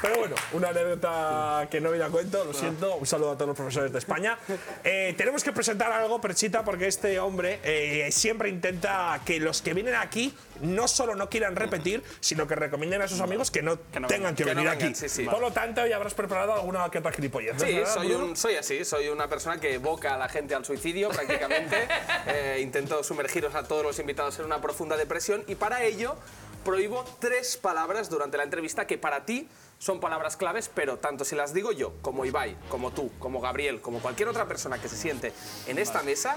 Speaker 3: Pero bueno, una anécdota que no viene a cuento, lo siento. Un saludo a todos los profesores de España. Eh, tenemos que presentar algo, Perchita, porque este hombre eh, siempre intenta que los que vienen aquí no solo no quieran repetir, sino que recomienden a sus amigos que no,
Speaker 2: no
Speaker 3: tengan
Speaker 2: vengan,
Speaker 3: que
Speaker 2: que no
Speaker 3: venir
Speaker 2: vengan,
Speaker 3: aquí.
Speaker 2: sí, sí.
Speaker 3: Por lo tanto, hoy habrás preparado alguna que otra gilipollez. ¿no?
Speaker 2: Sí,
Speaker 3: ¿Verdad,
Speaker 2: soy,
Speaker 3: Bruno?
Speaker 2: un, soy así, soy una persona que evoca a la gente al suicidio prácticamente. Eh, intento sumergiros a todos los invitados en una profunda depresión y para ello prohíbo tres palabras durante la entrevista que para ti son palabras claves, pero tanto si las digo yo, como Ibai, como tú, como Gabriel, como cualquier otra persona que se siente en esta mesa,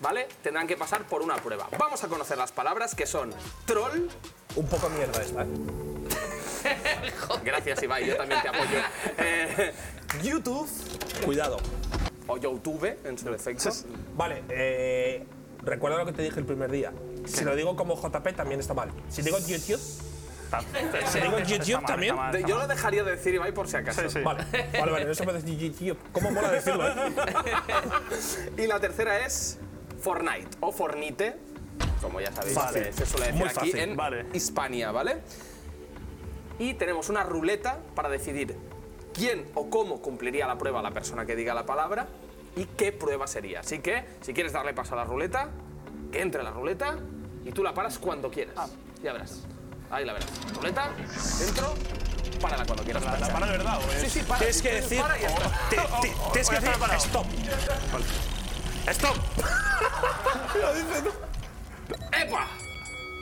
Speaker 2: ¿vale? Tendrán que pasar por una prueba. Vamos a conocer las palabras que son troll.
Speaker 3: Un poco mierda esta. ¿eh?
Speaker 2: Gracias, Ibai, yo también te apoyo. Eh, YouTube.
Speaker 3: Cuidado.
Speaker 2: O YouTube, en su defecto.
Speaker 3: Vale, eh, recuerda lo que te dije el primer día. Si lo digo como JP también está mal. Si digo YouTube, si digo YouTube también.
Speaker 2: De- Yo lo dejaría de decir, Ibai, por si acaso.
Speaker 3: Vale, vale, vale, no se puede decir YouTube. ¿Cómo mola decirlo? eh?
Speaker 2: Y la tercera es Fortnite o Fornite, como ya sabéis, eh,
Speaker 3: Fácil.
Speaker 2: se, se suele decir
Speaker 3: Muy
Speaker 2: aquí
Speaker 3: fácil,
Speaker 2: en Hispania, ¿vale? Y tenemos una ruleta para decidir quién o cómo cumpliría la prueba la persona que diga la palabra y qué prueba sería. Así que, si quieres darle paso a la ruleta, que entre la ruleta y tú la paras cuando quieras.
Speaker 3: Ah.
Speaker 2: Ya verás. Ahí la verás. Ruleta, dentro, párala cuando quieras.
Speaker 11: ¿La- la
Speaker 2: planchar.
Speaker 11: para de verdad o es-
Speaker 2: Sí, sí, para.
Speaker 3: Tienes que decir.
Speaker 2: Para y ya está.
Speaker 3: te- te- Tienes que
Speaker 11: Voy a estar
Speaker 3: decir
Speaker 11: parado.
Speaker 3: stop.
Speaker 11: ¡Stop!
Speaker 2: ¡Epa!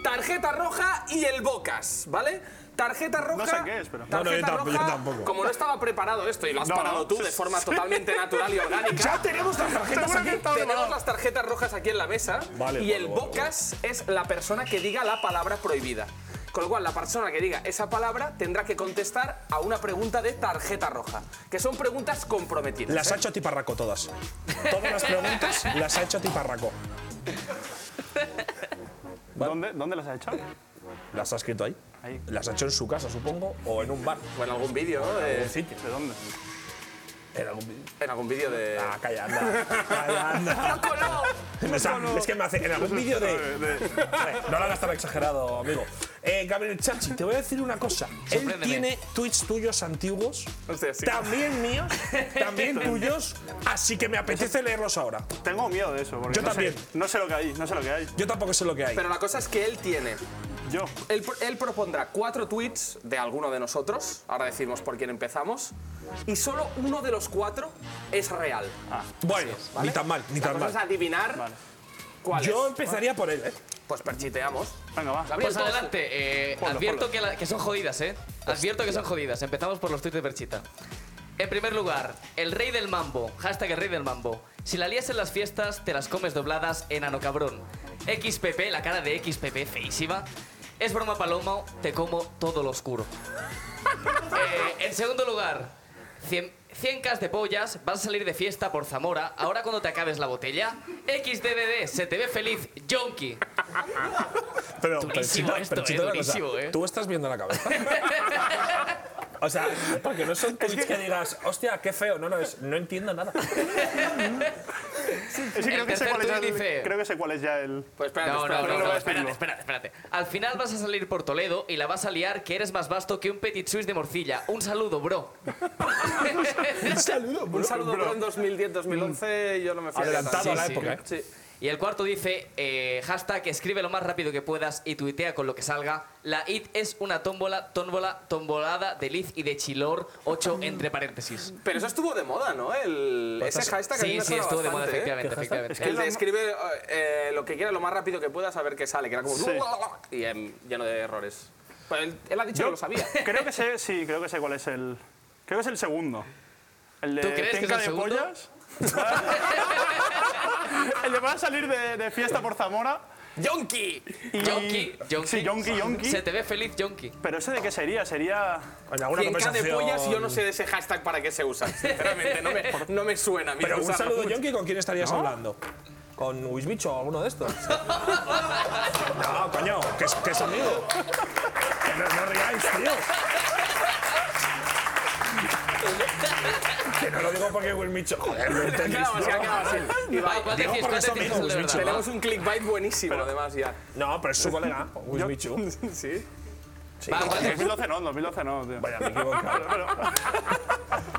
Speaker 2: Tarjeta roja y el Bocas, ¿vale? Tarjeta roja.
Speaker 11: sé qué es, pero-
Speaker 2: tarjeta
Speaker 3: No, no, yo tam- yo
Speaker 2: roja,
Speaker 3: tampoco.
Speaker 2: Como no estaba preparado esto y lo has
Speaker 11: No,
Speaker 2: parado
Speaker 11: no.
Speaker 2: tú de forma totalmente natural y orgánica.
Speaker 3: Ya tenemos las tarjetas
Speaker 2: Seguro que
Speaker 3: aquí.
Speaker 2: estaba Tenemos las tarjetas rojas aquí en la mesa.
Speaker 3: Vale,
Speaker 2: y
Speaker 3: vale,
Speaker 2: el
Speaker 3: vale,
Speaker 2: Bocas es la persona que diga la palabra prohibida. Con lo cual, la persona que diga esa palabra tendrá que contestar a una pregunta de tarjeta roja, que son preguntas comprometidas.
Speaker 3: Las
Speaker 2: ¿eh?
Speaker 3: ha hecho tiparraco todas. Todas las preguntas las ha hecho tiparraco.
Speaker 11: ¿Dónde, ¿Dónde las has echado?
Speaker 3: ¿Las ha escrito ahí?
Speaker 11: Ahí.
Speaker 3: Las ha hecho en su casa, supongo, o en un bar.
Speaker 2: O en algún vídeo, ¿no? De-
Speaker 3: En sitio.
Speaker 11: ¿De dónde?
Speaker 3: En algún vídeo.
Speaker 2: en algún vídeo de.
Speaker 3: Ah, calla, anda. Calla, anda.
Speaker 2: ¡Loco, no!
Speaker 3: O sea, es que me hace en algún vídeo de. Vale, No lo hagas tan exagerado, amigo. Eh, Gabriel Chachi, te voy a decir una cosa. Él
Speaker 1: Sorpréndeme.
Speaker 3: tiene tweets tuyos antiguos,
Speaker 2: Hostia, sí.
Speaker 3: también míos, también tuyos, así que me apetece leerlos ahora.
Speaker 11: Tengo miedo de eso. Porque
Speaker 3: Yo
Speaker 11: no sé-
Speaker 3: también.
Speaker 11: no sé lo que hay, no sé lo que hay.
Speaker 3: Yo tampoco sé lo que hay.
Speaker 2: Pero la cosa es que él tiene
Speaker 11: Yo.
Speaker 2: Él, pro- él propondrá cuatro tweets de alguno de nosotros, ahora decimos por quién empezamos, y solo uno de los cuatro es real.
Speaker 3: Ah, Bueno, ni tan mal, ni
Speaker 2: La
Speaker 3: tan
Speaker 2: cosa es
Speaker 3: mal.
Speaker 2: adivinar cuál
Speaker 3: Yo
Speaker 2: es.
Speaker 3: empezaría por él, ¿eh?
Speaker 2: Pues perchiteamos.
Speaker 11: Venga, va.
Speaker 2: Gabriel,
Speaker 1: Pues
Speaker 2: tú-
Speaker 1: adelante, eh,
Speaker 11: Ponlo, Pues
Speaker 1: advierto
Speaker 11: ponlo.
Speaker 1: que, la- que son jodidas, ¿eh? Advierto que son jodidas. Empezamos por los tweets de Perchita. En primer lugar, el rey del mambo, hashtag el rey del mambo. Si la lías en las fiestas, te las comes dobladas, enano cabrón. XPP, la cara de XPP, feísima. Es broma palomo, te como todo lo oscuro. Eh, en segundo lugar, 100, 100 cas de pollas, vas a salir de fiesta por Zamora, ahora cuando te acabes la botella, XDDD, se te ve feliz, yonki.
Speaker 3: Pero,
Speaker 1: Durísimo esto, eh,
Speaker 3: una cosa,
Speaker 1: durísimo, eh.
Speaker 3: Tú estás viendo la cabeza. o sea, porque no son tweets que digas, hostia, qué feo. No, no, es, no entiendo nada.
Speaker 11: Sí, creo, que sé
Speaker 1: tercer
Speaker 11: cuál es ya
Speaker 1: tuit
Speaker 11: el-
Speaker 1: dice-
Speaker 11: creo que sé cuál es ya el.
Speaker 2: Pues espérate,
Speaker 1: No, no,
Speaker 2: espérate,
Speaker 1: no,
Speaker 11: no
Speaker 1: no,
Speaker 11: voy a
Speaker 1: espérate,
Speaker 11: decirlo.
Speaker 1: espérate, espérate. Al final vas a salir por Toledo y la vas a liar que eres más vasto que un petit suisse de morcilla. Un saludo, bro.
Speaker 3: Un saludo,
Speaker 2: Un saludo bro, en 2010-2011, yo no me fui
Speaker 3: Mm. Adelantado a la
Speaker 1: sí.
Speaker 3: época, ¿eh?
Speaker 2: Sí.
Speaker 1: Y el cuarto dice, eh, hashtag, escribe lo más rápido que puedas y tuitea con lo que salga. La IT es una tómbola, tómbola, tombolada de Liz y de Chilor, 8 entre paréntesis.
Speaker 2: Pero eso estuvo de moda, ¿no? El,
Speaker 3: Pues
Speaker 2: ese hashtag a mí
Speaker 1: Sí,
Speaker 2: me
Speaker 1: sí,
Speaker 2: suena
Speaker 1: estuvo de moda,
Speaker 2: bastante, ¿eh?
Speaker 1: efectivamente,
Speaker 2: Es que
Speaker 1: efectivamente.
Speaker 2: el de escribe eh, eh, lo que quiera lo más rápido que pueda, a ver qué sale, que era como.
Speaker 11: Sí.
Speaker 2: Y em, lleno de errores. Pero él, él ha dicho que lo sabía.
Speaker 11: Creo que sé, sí, creo que sé cuál es el. Creo que es el segundo. El de
Speaker 1: ¿Tú crees que es
Speaker 11: penca
Speaker 1: el
Speaker 11: de
Speaker 1: segundo?
Speaker 11: pollas. el de van a salir de, de fiesta por Zamora.
Speaker 2: ¡Yonki!
Speaker 11: Y,
Speaker 1: Yonki, Yonki.
Speaker 11: Sí, Yonki, Yonki.
Speaker 1: Se te ve feliz, Yonki.
Speaker 11: Pero ese de qué sería? Sería.
Speaker 3: En alguna
Speaker 2: 100k de
Speaker 3: conversación.
Speaker 2: pollas, yo no sé de ese hashtag para qué se usa. Sinceramente, no me, no me suena a mí
Speaker 3: Pero un
Speaker 2: usarlo
Speaker 3: saludo,
Speaker 2: mucho.
Speaker 3: Yonki, ¿con quién estarías hablando? ¿Con Wisbicho o alguno de estos? no, coño, que es, que es amigo. Que no, no riáis, tío. Que no lo digo porque Wisbicho. Joder, no
Speaker 2: Ha
Speaker 3: entendéis,
Speaker 2: quedado así, ha
Speaker 3: ¿no?
Speaker 2: quedado así. Y va,
Speaker 1: Va, ¿cuál
Speaker 3: digo
Speaker 1: decís?
Speaker 3: porque
Speaker 1: ¿Cuál
Speaker 3: son
Speaker 1: decís?
Speaker 3: amigos,
Speaker 1: el de
Speaker 3: bicho.
Speaker 1: verdad?
Speaker 2: Tenemos un clickbait buenísimo, además, ya.
Speaker 3: No, pero es su colega, Wisbicho.
Speaker 2: Sí.
Speaker 11: Va, 2012 no, 2012 no, tío. Vaya, me he equivocado.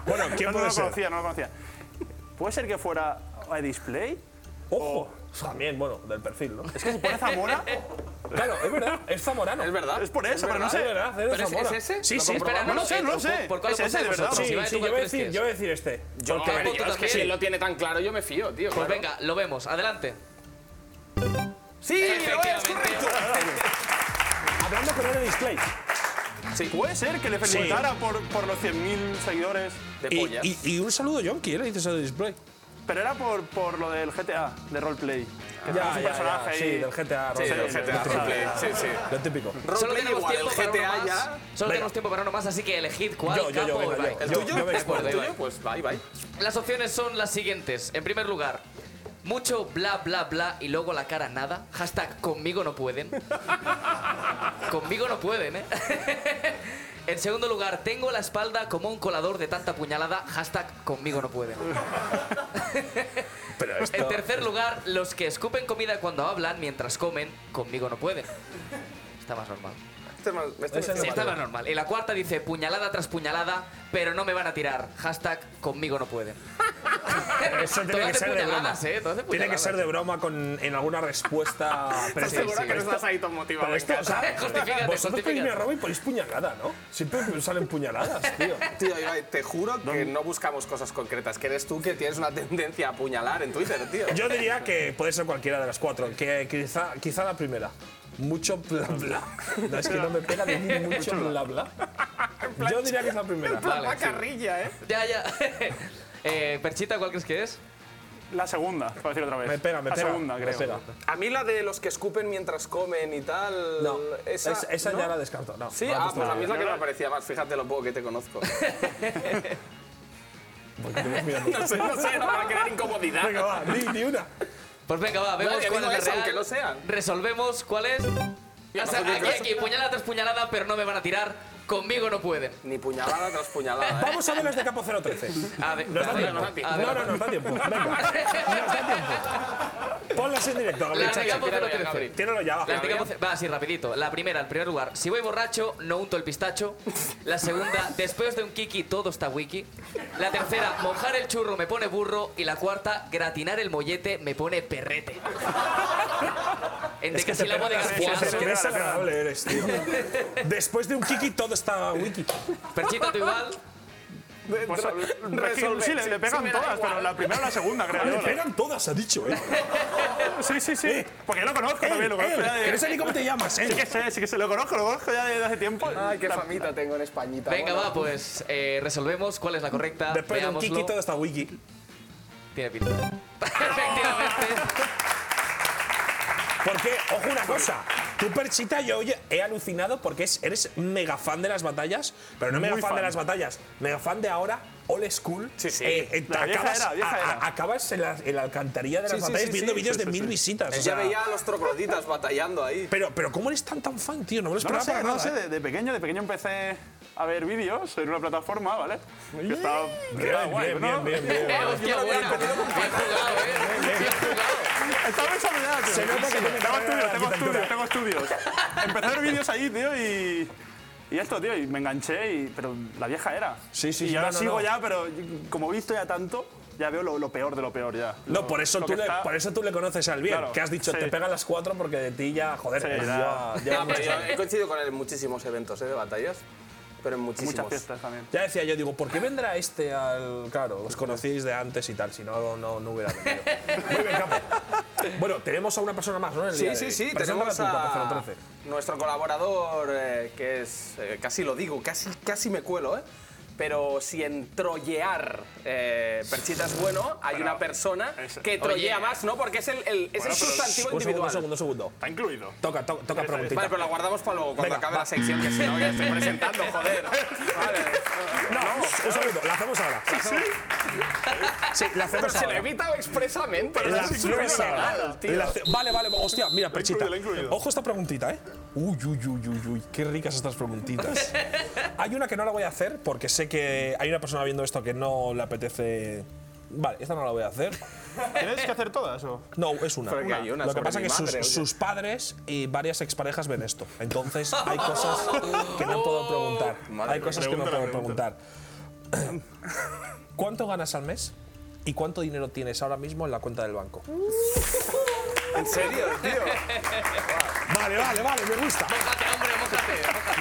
Speaker 11: bueno,
Speaker 3: ¿quién
Speaker 11: no,
Speaker 3: puede
Speaker 11: no
Speaker 3: ser?
Speaker 11: lo conocía, no lo conocía. ¿Puede ser que fuera a display?
Speaker 3: Ojo, también, bueno, del perfil, ¿no?
Speaker 11: Es que si pone Zamora.
Speaker 3: Claro, es verdad, es zamorano.
Speaker 2: Es verdad.
Speaker 11: Es por eso, pero no sé.
Speaker 1: ¿eh?
Speaker 3: Es verdad, es de
Speaker 11: ¿Pero es-
Speaker 3: Zamora.
Speaker 11: es ese?
Speaker 3: Sí,
Speaker 11: ¿Lo
Speaker 3: sí.
Speaker 11: comprobamos? Espera, no, eh, ¿por- por cuál lo
Speaker 3: es ese, de
Speaker 2: pensáis
Speaker 3: verdad.
Speaker 2: vosotros?
Speaker 3: Sí,
Speaker 2: Ibai,
Speaker 3: sí,
Speaker 2: ¿tú cuál
Speaker 3: yo voy a
Speaker 2: crees que
Speaker 3: decir,
Speaker 2: es?
Speaker 3: yo voy a decir
Speaker 2: Yo,
Speaker 3: este.
Speaker 1: Ah,
Speaker 3: Porque-
Speaker 2: a ver, yo es que si
Speaker 3: Sí.
Speaker 2: lo tiene tan claro, yo me fío, tío.
Speaker 1: Pues venga, lo vemos. Adelante.
Speaker 2: Sí, lo es correcto.
Speaker 11: Hablando con el display. ¿Puede ser que le
Speaker 3: Sí.
Speaker 11: felicitara por, por los 100.000 seguidores de
Speaker 3: Y, y- y un saludo, Yonki, ¿eh? Le dices a display.
Speaker 11: Pero era por, por lo del GTA, de roleplay. Que
Speaker 3: Ya,
Speaker 11: tenemos un
Speaker 3: ya,
Speaker 11: personaje
Speaker 3: ya,
Speaker 11: ahí.
Speaker 3: sí, del GTA,
Speaker 11: Sí,
Speaker 3: roleplay,
Speaker 11: del
Speaker 3: lo
Speaker 11: GTA,
Speaker 3: típico.
Speaker 11: roleplay, sí, sí.
Speaker 3: Lo típico.
Speaker 1: Solo tenemos
Speaker 2: igual,
Speaker 1: tiempo
Speaker 2: el
Speaker 1: para uno
Speaker 2: GTA
Speaker 1: más.
Speaker 2: ya.
Speaker 1: Solo
Speaker 3: Venga.
Speaker 1: tenemos tiempo para uno más, así que elegid cuál
Speaker 3: Yo, yo, yo,
Speaker 1: capo
Speaker 3: venga,
Speaker 1: Ibai.
Speaker 3: yo.
Speaker 2: ¿El
Speaker 3: Yo-
Speaker 2: tuyo?
Speaker 3: yo voy a
Speaker 2: ¿Es por el
Speaker 1: Ibai.
Speaker 2: tuyo? Pues bye, bye.
Speaker 1: Las opciones son las siguientes. En primer lugar, mucho bla bla bla y luego la cara nada. Hashtag conmigo no pueden. conmigo no pueden, ¿eh? en segundo lugar, tengo la espalda como un colador de tanta puñalada. Hashtag conmigo no pueden.
Speaker 3: Pero esto-
Speaker 1: En tercer lugar, los que escupen comida cuando hablan mientras comen, conmigo no pueden. Está más normal.
Speaker 2: Este mal- este
Speaker 3: Ese
Speaker 2: mal-
Speaker 3: no
Speaker 1: Sí, está
Speaker 3: vale.
Speaker 1: más normal. Y la cuarta dice puñalada tras puñalada, pero no me van a tirar. Hashtag conmigo no pueden.
Speaker 3: Eso tiene
Speaker 1: Todas de
Speaker 3: que ser de broma.
Speaker 1: puñaladas, ¿eh? Todas de
Speaker 3: Tiene que
Speaker 1: puñaladas.
Speaker 3: ser de broma con, en alguna respuesta. Pero
Speaker 2: ¿Estás segura que no
Speaker 3: esto-
Speaker 2: estás ahí tan
Speaker 3: Pero
Speaker 2: motivado?
Speaker 3: esto, o sea,
Speaker 1: Justifícate,
Speaker 3: vosotros pedís
Speaker 1: justifícate.
Speaker 3: una roba y ponéis puñalada, ¿no? Siempre salen puñaladas, tío.
Speaker 2: Tío, Ibai, te juro que no buscamos cosas concretas, que eres tú que tienes una tendencia a apuñalar en Twitter, tío.
Speaker 3: Yo diría que puede ser cualquiera de las cuatro, que quizá, quizá la primera. Mucho bla bla. No, es que no me pega ni mucho bla bla. Yo diría que es la primera.
Speaker 1: Vale, sí.
Speaker 2: carrilla, ¿eh?
Speaker 1: Ya, ya. Eh, Perchita, ¿cuál crees que es?
Speaker 11: La segunda, para decir otra vez.
Speaker 3: Me pega, me
Speaker 11: la
Speaker 3: pega.
Speaker 11: segunda,
Speaker 3: me
Speaker 11: creo.
Speaker 3: pega.
Speaker 2: A mí la de los que escupen mientras comen y tal.
Speaker 3: No,
Speaker 2: esa,
Speaker 3: esa, esa
Speaker 2: ¿no?
Speaker 3: ya la descarto. No,
Speaker 2: Sí,
Speaker 3: no la
Speaker 2: ah,
Speaker 3: he puesto
Speaker 2: pues a mí es la
Speaker 3: nada.
Speaker 2: que me parecía más. Fíjate lo poco que te conozco.
Speaker 3: Porque tenemos mirando.
Speaker 2: no sé, no sé, no para crear incomodidad.
Speaker 3: Venga, va, ni, ni una.
Speaker 1: Pues venga, va, vemos
Speaker 2: Vale,
Speaker 1: cuál es
Speaker 2: digo
Speaker 1: la
Speaker 2: esa,
Speaker 1: real.
Speaker 2: aunque lo sea.
Speaker 1: Resolvemos cuál es. O sea,
Speaker 2: no, yo
Speaker 1: aquí,
Speaker 2: creo-
Speaker 1: aquí, puñalada tras puñalada, pero no me van a tirar. Conmigo no pueden.
Speaker 2: Ni puñalada tras puñalada. ¿eh?
Speaker 3: Vamos a ver las de Capo 013.
Speaker 1: A ver,
Speaker 3: Nos da
Speaker 1: a ver,
Speaker 3: tiempo.
Speaker 1: a ver.
Speaker 3: No, no, nos da tiempo. Venga, ponlas en directo, Gabriel.
Speaker 1: La de Campo
Speaker 2: tíralo ya,
Speaker 1: 013.
Speaker 2: Gabriel.
Speaker 3: Tíralo ya.
Speaker 1: La
Speaker 3: va.
Speaker 1: explicamos- va así rapidito. La primera, en primer lugar, si voy borracho, no unto el pistacho. La segunda, después de un kiki todo está wiki. La tercera, mojar el churro me pone burro. Y la cuarta, gratinar el mollete me pone perrete. En
Speaker 3: Es que te
Speaker 1: decasílabo de
Speaker 3: pegas, es que
Speaker 1: gascuazo.
Speaker 3: eres agradable eres, tío. Después de un kiki todo está wiki.
Speaker 1: Perchita, tú igual.
Speaker 11: Pues,
Speaker 2: mm, Resolver,
Speaker 11: es que sí, le,
Speaker 2: sí,
Speaker 11: le pegan
Speaker 2: sí, me da
Speaker 11: todas,
Speaker 2: igual.
Speaker 11: pero la primera o la segunda, creo.
Speaker 3: Le
Speaker 11: yo, la-
Speaker 3: pegan todas, ha dicho, ¿eh?
Speaker 11: Sí, sí, sí. Porque yo lo conozco
Speaker 3: Él,
Speaker 11: también, lo conozco
Speaker 3: él,
Speaker 11: ya de-
Speaker 3: que no sé ni cómo te llamas,
Speaker 11: Sí
Speaker 3: ¿eh?
Speaker 11: que sé, sí que sé, lo conozco, lo conozco ya desde hace tiempo.
Speaker 2: Ay, qué famita tengo en Españita.
Speaker 1: Venga,
Speaker 2: bueno.
Speaker 1: va, pues eh, resolvemos cuál es la correcta.
Speaker 3: Después de un
Speaker 1: Veámoslo.
Speaker 3: kiki todo está wiki.
Speaker 1: Tiene pinta. Efectivamente.
Speaker 3: Porque, ojo una cosa, tú Perchita yo oye, he alucinado porque es- eres mega fan de las batallas, pero no mega
Speaker 11: Muy
Speaker 3: fan, de
Speaker 11: fan.
Speaker 3: las batallas, mega fan de ahora, old school.
Speaker 11: Sí, sí.
Speaker 3: te
Speaker 11: La vieja
Speaker 3: acabas,
Speaker 11: era, vieja
Speaker 3: a- a-
Speaker 11: era.
Speaker 3: acabas en la, en la alcantarilla de las
Speaker 2: sí,
Speaker 3: batallas
Speaker 2: sí,
Speaker 3: viendo
Speaker 2: sí,
Speaker 3: vídeos
Speaker 11: sí,
Speaker 3: de
Speaker 11: sí,
Speaker 3: mil
Speaker 11: sí.
Speaker 3: visitas. o
Speaker 2: Ya
Speaker 3: sea,
Speaker 2: veía a los trogloditas batallando ahí.
Speaker 3: pero, pero ¿cómo eres tan tan fan, tío? No me lo
Speaker 11: No lo
Speaker 3: esperaba
Speaker 11: sé,
Speaker 3: para
Speaker 11: no lo
Speaker 3: nada,
Speaker 11: sé,
Speaker 3: ¿eh?
Speaker 11: de, de pequeño, de pequeño empecé a ver vídeos en una plataforma, ¿vale? Que estaba, que era
Speaker 3: Bien,
Speaker 11: guay,
Speaker 3: bien,
Speaker 11: ¿no?
Speaker 3: bien, bien, bien.
Speaker 1: Eh, hostia, buena. Bien jugado, eh. Bien jugado.
Speaker 11: Estaba desarrollado, tío.
Speaker 3: Se nota que tiene
Speaker 11: tengo
Speaker 3: carrera de
Speaker 11: estudios, tengo estudios,
Speaker 3: arquitectura.
Speaker 11: tengo estudios. Empecé a ver vídeos ahí, tío, y... Y esto, tío, y me enganché, y, pero la vieja era.
Speaker 3: Sí, sí,
Speaker 11: Y
Speaker 3: sí,
Speaker 11: ahora
Speaker 3: no, no,
Speaker 11: sigo
Speaker 3: no.
Speaker 11: ya, pero como he visto ya tanto, ya veo lo, lo peor de lo peor ya.
Speaker 3: No,
Speaker 11: Lo-
Speaker 3: por eso,
Speaker 11: lo
Speaker 3: tú
Speaker 11: que
Speaker 3: le,
Speaker 11: está-
Speaker 3: por eso tú le conoces al bien,
Speaker 11: Claro,
Speaker 3: que has dicho,
Speaker 11: sí.
Speaker 3: te pegan las cuatro porque de ti ya, joder,
Speaker 11: Sí,
Speaker 3: pues
Speaker 11: ya.
Speaker 3: ya- ya
Speaker 2: No, pero
Speaker 3: mucho.
Speaker 2: yo he coincidido con él en muchísimos eventos ¿eh? de batallas, pero en muchísimos.
Speaker 11: Muchas fiestas también.
Speaker 3: Ya decía yo, digo, ¿por qué vendrá este al.? Claro, os conocéis de antes y tal, si no, no, no hubiera venido. Muy bien, capo. Bueno, tenemos a una persona más, ¿no? En el día
Speaker 2: Sí,
Speaker 3: de
Speaker 2: sí,
Speaker 3: hoy.
Speaker 2: sí,
Speaker 3: Preséntala
Speaker 2: tenemos
Speaker 3: tú, Capo
Speaker 2: a
Speaker 3: 013.
Speaker 2: nuestro colaborador, eh, que es, eh, casi lo digo, casi, casi me cuelo, ¿eh? Pero si en trollear eh, Perchita es bueno, hay una persona
Speaker 11: ese-
Speaker 2: que trollea más, ¿no? Porque es el, el- es el sustantivo
Speaker 3: Un segundo, un
Speaker 2: individual.
Speaker 3: segundo, un segundo.
Speaker 11: Está incluido.
Speaker 3: Toca, toca, toca preguntita.
Speaker 2: Vale, pero la guardamos para luego, cuando
Speaker 3: Venga,
Speaker 2: acabe
Speaker 3: va.
Speaker 2: la sección, que si no ya estoy presentando, joder. Vale.
Speaker 3: No, un segundo, la hacemos ahora. Sí, la
Speaker 2: Pero
Speaker 3: hacemos
Speaker 2: se lo
Speaker 3: ahora.
Speaker 2: he evitado expresamente.
Speaker 3: La
Speaker 2: es súper
Speaker 3: hacemos ahora.
Speaker 2: legal, tío.
Speaker 3: La hace- Vale, vale, hostia, mira, Perchita.
Speaker 11: incluido, la incluido.
Speaker 3: Ojo esta preguntita, ¿eh? Uy, uy, uy, uy, uy, qué ricas estas preguntitas. Hay una que no la voy a hacer porque sé que hay una persona viendo esto que no le apetece. Vale, esta no la voy a hacer.
Speaker 11: ¿Tienes que hacer todas o...?
Speaker 3: No, es una.
Speaker 11: Pero que hay una
Speaker 3: Lo que
Speaker 11: sobre
Speaker 3: pasa
Speaker 11: mi
Speaker 3: es que sus,
Speaker 11: madre, oye.
Speaker 3: sus padres y varias exparejas ven esto. Entonces hay cosas que no puedo preguntar.
Speaker 11: Madre
Speaker 3: hay
Speaker 11: mía.
Speaker 3: cosas que no
Speaker 11: Pregunta
Speaker 3: puedo
Speaker 11: la pregunta.
Speaker 3: preguntar. ¿Cuánto ganas al mes? ¿Y cuánto dinero tienes ahora mismo en la cuenta del banco?
Speaker 2: ¿En serio, tío?
Speaker 3: Vale, vale, vale, me gusta.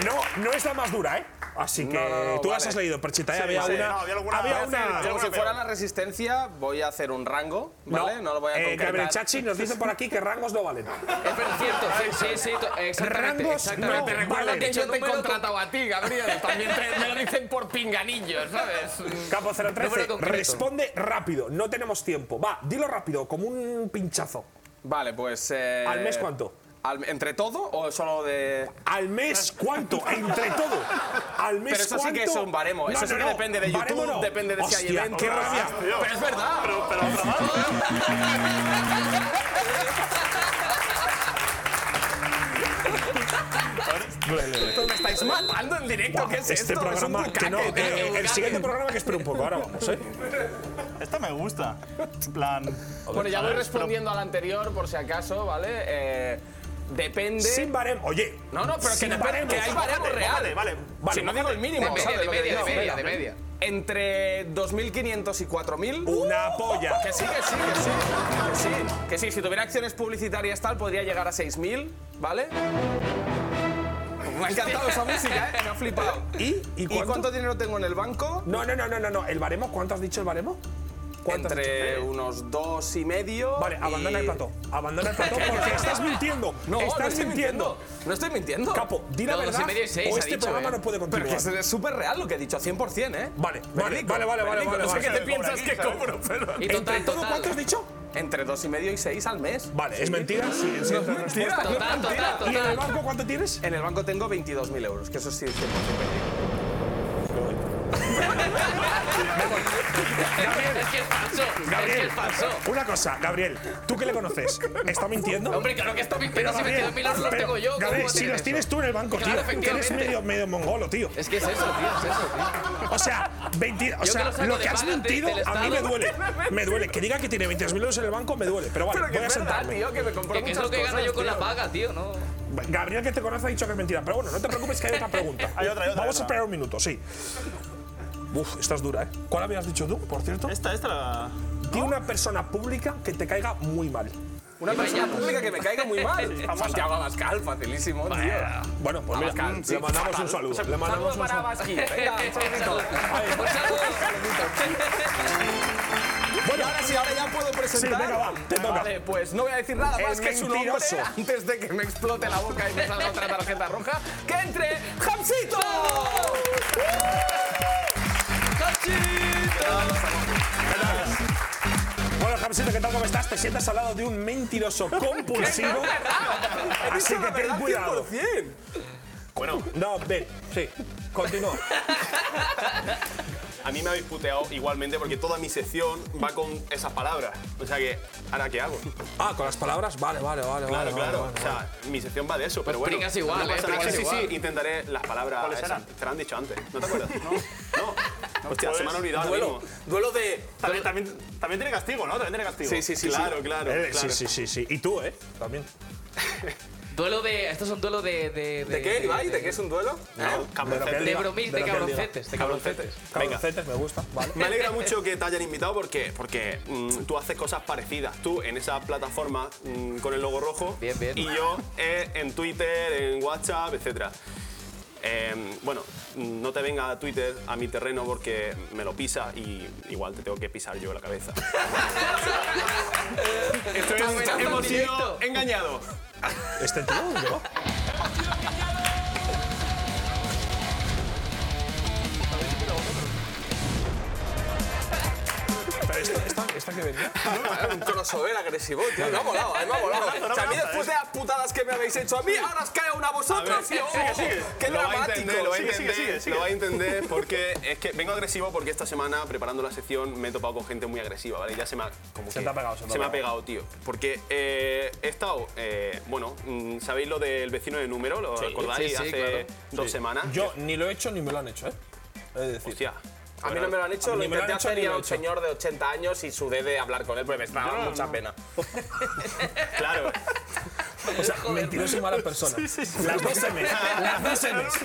Speaker 3: No, no es la más dura, ¿eh? Así que tú las
Speaker 2: vale.
Speaker 3: has leído, Perchita. ¿eh?
Speaker 2: Sí,
Speaker 3: había,
Speaker 2: sí,
Speaker 3: una,
Speaker 2: no,
Speaker 3: había
Speaker 2: Voy a hacer-
Speaker 3: una.
Speaker 2: Como si fuera la resistencia, voy a hacer un rango, ¿vale? No, lo voy a
Speaker 3: eh,
Speaker 2: concretar.
Speaker 3: Cabrechachi nos dicen por aquí que rangos no valen.
Speaker 1: Es verdad, cierto, sí, sí, sí, to- exactamente.
Speaker 3: Rangos
Speaker 1: exactamente.
Speaker 3: no Te recuerdo valen. que yo
Speaker 1: Dicho
Speaker 3: te he
Speaker 1: número
Speaker 12: contratado a ti, Gabriel. También te- me lo dicen por pinganillos, ¿sabes?
Speaker 3: Capo 013,
Speaker 12: Número concreto.
Speaker 3: responde rápido, no tenemos tiempo. Va, dilo rápido, como un pinchazo.
Speaker 2: Vale, pues. eh,
Speaker 3: ¿Al mes cuánto?
Speaker 2: al- ¿Entre todo o solo de.?
Speaker 3: Al mes cuánto, entre todo. Al mes
Speaker 2: Pero eso sí que
Speaker 3: cuánto.
Speaker 2: es un baremo, eso sí que depende de
Speaker 3: baremo
Speaker 2: YouTube, depende de si hay
Speaker 3: Hostia,
Speaker 2: eventos.
Speaker 3: ¡Qué rabia!
Speaker 2: Pero es verdad.
Speaker 11: Pero, pero otra más.
Speaker 2: ¿Me estáis matando en directo? ¿Qué es
Speaker 3: este
Speaker 2: esto? Es un
Speaker 3: programa que no,
Speaker 2: bucaque,
Speaker 3: eh,
Speaker 2: tío,
Speaker 3: el
Speaker 2: bucaque.
Speaker 3: siguiente programa que espera un poco, ahora vamos, ¿eh?
Speaker 11: Esta me gusta. En plan.
Speaker 12: Bueno, ya
Speaker 11: a
Speaker 12: voy
Speaker 11: ver,
Speaker 12: respondiendo al anterior, por si acaso, ¿vale? Eh, depende.
Speaker 3: Sin baremo, oye.
Speaker 12: No, no, pero que,
Speaker 3: sin
Speaker 12: depende,
Speaker 3: baremos.
Speaker 12: que hay baremos
Speaker 11: Vale,
Speaker 12: real.
Speaker 11: vale, vale.
Speaker 12: si no digo el mínimo,
Speaker 2: De media,
Speaker 12: ¿sabes
Speaker 2: de
Speaker 12: lo que
Speaker 2: media,
Speaker 12: digo?
Speaker 2: de media, de media. Entre 2.500 y 4.000.
Speaker 3: Una polla.
Speaker 2: Que sí, que sí, que sí. Que sí, que sí. Si tuviera acciones publicitarias tal, podría llegar a 6.000, ¿vale? Me ha encantado esa música, ¿eh? Me ha flipado.
Speaker 3: ¿Y? ¿Y cuánto?
Speaker 2: dinero tengo en el banco?
Speaker 3: No, no, no, no, no, no. ¿El baremo? ¿Cuánto has dicho el baremo? ¿Cuánto has
Speaker 2: Entre
Speaker 3: dicho?
Speaker 2: unos dos y medio.
Speaker 3: Vale, abandona
Speaker 2: y-
Speaker 3: el plato. Abandona el plato porque estás mintiendo.
Speaker 2: No,
Speaker 3: estás
Speaker 2: no estoy mintiendo. No estoy mintiendo.
Speaker 3: Capo, di la
Speaker 1: No, dos y
Speaker 3: verdad
Speaker 1: medio y seis,
Speaker 3: o
Speaker 1: ha
Speaker 3: este
Speaker 1: dicho,
Speaker 3: programa
Speaker 1: eh.
Speaker 3: no puede
Speaker 2: Pero
Speaker 3: continuar.
Speaker 2: que es es súper real lo que he dicho, 100%, ¿eh?
Speaker 3: Vale, vale,
Speaker 2: Verdico,
Speaker 3: vale, vale, vale,
Speaker 2: verdico.
Speaker 3: vale,
Speaker 2: No sé
Speaker 3: vale.
Speaker 2: qué te piensas que cobro, pero...
Speaker 1: Y
Speaker 3: ¿Entre
Speaker 1: total,
Speaker 3: todo
Speaker 1: total.
Speaker 3: cuánto has dicho?
Speaker 2: Entre dos y medio y seis al mes.
Speaker 3: Vale, ¿es mentira? Sí, sí,
Speaker 2: No, es
Speaker 3: es
Speaker 2: mentira.
Speaker 3: respuesta.
Speaker 1: Total, total,
Speaker 3: ¿Y en el
Speaker 1: total.
Speaker 3: banco cuánto tienes?
Speaker 2: En el banco tengo 22.000 euros, que eso sí es 100% verídico.
Speaker 1: Es que es falso. Es que
Speaker 3: Gabriel,
Speaker 1: es falso.
Speaker 3: una cosa, Gabriel, ¿tú que le conoces? ¿Está mintiendo?
Speaker 1: Hombre, claro que está mintiendo. Si me
Speaker 3: Gabriel,
Speaker 1: quedan mil euros, los
Speaker 3: pero,
Speaker 1: tengo yo. ¿cómo va
Speaker 3: Gabriel,
Speaker 1: a
Speaker 3: si
Speaker 1: tener
Speaker 3: los
Speaker 1: eso?
Speaker 3: tienes tú en el banco,
Speaker 1: Claro,
Speaker 3: tío, que eres
Speaker 1: efectivamente.
Speaker 3: medio, medio mongolo, tío.
Speaker 1: Es que es eso, tío, es eso, tío.
Speaker 3: O sea, 20 o
Speaker 1: Yo
Speaker 3: sea
Speaker 1: que lo saco
Speaker 3: lo
Speaker 1: de
Speaker 3: que has
Speaker 1: paga de-
Speaker 3: mentido
Speaker 1: del
Speaker 3: a mí me
Speaker 1: Estado.
Speaker 3: duele. Me duele. Que diga que tiene 22.000 euros en el banco me duele. Pero vale,
Speaker 2: Pero que
Speaker 3: voy a
Speaker 2: es verdad,
Speaker 3: sentarme.
Speaker 2: tío, que me compró
Speaker 1: Que que es lo
Speaker 2: muchas
Speaker 1: que gano
Speaker 2: cosas,
Speaker 1: yo con
Speaker 2: tío.
Speaker 1: la paga, tío, ¿no?
Speaker 3: Gabriel, que te conoce, ha dicho que es mentira. Pero bueno, no te preocupes que hay otra pregunta.
Speaker 11: Hay otra, hay
Speaker 3: Vamos
Speaker 11: otra, hay otra.
Speaker 3: a esperar un minuto, sí. Uf, esta es dura, ¿eh? ¿Cuál habías dicho tú, por cierto?
Speaker 11: Esta, esta la.
Speaker 3: Di una persona pública que te caiga muy mal.
Speaker 2: Una persona pública que me caiga muy mal. Santiago Abascal, facilísimo, tío.
Speaker 3: Bueno, pues mira,
Speaker 1: mm,
Speaker 2: Abascal, sí,
Speaker 3: le mandamos un
Speaker 2: fatal.
Speaker 3: saludo. Le mandamos
Speaker 12: Saludos
Speaker 3: un
Speaker 12: para
Speaker 3: saludo.
Speaker 12: Basqui.
Speaker 2: Venga,
Speaker 12: Venga,
Speaker 2: un saludito.
Speaker 1: Un saludo.
Speaker 2: Bueno, ahora sí, ahora ya puedo presentar.
Speaker 3: venga, va, te toca.
Speaker 2: Vale, pues no voy a decir nada
Speaker 3: El
Speaker 2: más que su nombre
Speaker 3: mentiroso.
Speaker 2: antes de que me explote la boca y me salga otra tarjeta roja. ¡Que entre Jamsito!
Speaker 3: Bueno, Jamsito, ¿qué tal? ¿Cómo estás? Te sientas al lado de un mentiroso compulsivo. Así que ten cuidado.
Speaker 13: Bueno,
Speaker 3: No, ven, sí, continúa.
Speaker 13: a mí me habéis puteado igualmente porque toda mi sección va con esas palabras. O sea que, ¿ahora qué hago?
Speaker 3: Ah, con las palabras, vale, vale, vale.
Speaker 13: Claro,
Speaker 3: vale,
Speaker 13: claro.
Speaker 3: vale, vale.
Speaker 13: o sea, mi sección va de eso, pero
Speaker 1: Pues
Speaker 13: bueno.
Speaker 1: pringas igual,
Speaker 13: no pasa
Speaker 1: eh,
Speaker 13: nada.
Speaker 1: pringas
Speaker 13: Sí, sí,
Speaker 1: igual.
Speaker 13: sí, intentaré las palabras.
Speaker 11: ¿Cuáles
Speaker 13: esas.
Speaker 11: eran?
Speaker 13: Te las han dicho antes, ¿no te acuerdas? No. No. Hostia, se me han olvidado. ahora
Speaker 2: Duelo,
Speaker 13: mismo.
Speaker 2: duelo de.
Speaker 13: También, también, también tiene castigo, ¿no? También tiene castigo.
Speaker 2: Sí, sí, sí,
Speaker 13: Claro,
Speaker 2: sí.
Speaker 13: claro.
Speaker 3: Eh,
Speaker 13: claro.
Speaker 3: Sí, sí, sí, sí. Y tú, ¿eh? También.
Speaker 1: Duelo de. Estos son duelo de. ¿De,
Speaker 2: ¿De qué, Ibai? ¿De qué es un duelo?
Speaker 13: No, cabroncete.
Speaker 1: De bromis, de cabroncetes. De cabroncetes.
Speaker 13: Venga.
Speaker 3: Cabroncetes, me gusta. Vale.
Speaker 13: Me alegra mucho que te hayan invitado porque, porque mm, tú haces cosas parecidas. Tú en esa plataforma mm, con el logo rojo
Speaker 1: Bien, bien.
Speaker 13: y yo eh, en Twitter, en WhatsApp, etc. bueno, mm, no te venga Twitter a mi terreno porque me lo pisa y igual te tengo que pisar yo la cabeza. Esto es-
Speaker 1: buena,
Speaker 13: hemos
Speaker 1: en
Speaker 13: sido
Speaker 1: directo.
Speaker 13: engañados.
Speaker 3: Este tío, ¿no? Pero esto, esta, esta que venía.
Speaker 2: Un crossover agresivo, tío. Me ha molado, eh, me ha molado.
Speaker 13: No, no,
Speaker 2: Si a mí
Speaker 13: no, eh.
Speaker 2: después de las putadas que me habéis hecho a mí, ahora os cae una a
Speaker 13: A ver,
Speaker 2: vosotros.
Speaker 13: sigue,
Speaker 2: tío.
Speaker 13: sigue, sigue.
Speaker 2: ¡Qué
Speaker 13: Lo va a
Speaker 2: dramático!
Speaker 13: entender, lo va a
Speaker 2: Sigue, sigue,
Speaker 13: entender,
Speaker 2: sigue, sigue.
Speaker 13: Lo va a entender porque es que vengo agresivo porque esta semana preparando la sección me he topado con gente muy agresiva, ¿vale? Ya se me ha, como
Speaker 3: Se
Speaker 13: que-
Speaker 3: te ha pegado, se te ha
Speaker 13: me ha
Speaker 3: pegado.
Speaker 13: pegado, tío. Porque eh, he estado, eh, bueno, mm, ¿sabéis lo del vecino de número? ¿Lo recordáis?
Speaker 1: sí, sí,
Speaker 13: Hace
Speaker 1: claro.
Speaker 13: dos semanas.
Speaker 3: Yo ni lo he hecho ni me lo han hecho, ¿eh? Es decir,
Speaker 13: Hostia.
Speaker 2: A mí no me lo han hecho,
Speaker 13: a
Speaker 2: lo
Speaker 13: mí me lo
Speaker 2: intenté
Speaker 13: han hecho
Speaker 2: hacer
Speaker 13: ni
Speaker 2: y
Speaker 13: lo
Speaker 2: era
Speaker 13: he
Speaker 2: un
Speaker 13: hecho.
Speaker 2: señor de 80 años y sudé de hablar con él porque me daba
Speaker 13: No,
Speaker 2: mucha
Speaker 13: no.
Speaker 2: pena.
Speaker 13: Claro.
Speaker 3: O sea, mentiroso y mala persona. Las dos M's. Las dos M's.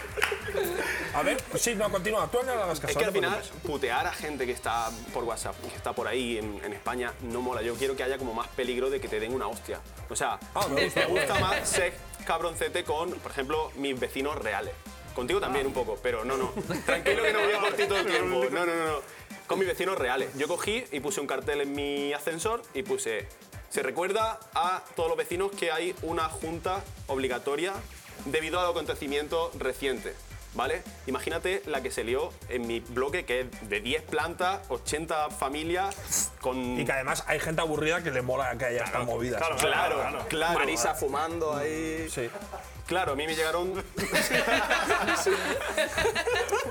Speaker 3: A ver, sí, no, continúa. Tú no le hagas caso.
Speaker 13: Es que al
Speaker 3: no te
Speaker 13: final,
Speaker 3: preocupes.
Speaker 13: putear a gente que está por WhatsApp, que está por ahí en, en España, no mola. Yo quiero que haya como más peligro de que te den una hostia. O sea,
Speaker 3: me
Speaker 13: me,
Speaker 3: gusta.
Speaker 13: gusta. más ser cabroncete con, por ejemplo, mis vecinos reales. Contigo también un poco, pero no, no. Tranquilo que no voy a por ti todo el tiempo. Ah. No, no, no, no. Con mis vecinos reales. Yo cogí y puse un cartel en mi ascensor y puse. Se recuerda a todos los vecinos que hay una junta obligatoria debido al acontecimiento reciente. ¿Vale? Imagínate la que se lió en mi bloque, que es de 10 plantas, 80 familias, con.
Speaker 3: Y que además hay gente aburrida que le mola que haya estas movidas.
Speaker 13: Claro,
Speaker 3: O sea,
Speaker 13: claro, claro.
Speaker 2: Marisa fumando ahí.
Speaker 3: Sí.
Speaker 13: Claro, a mí me llegaron.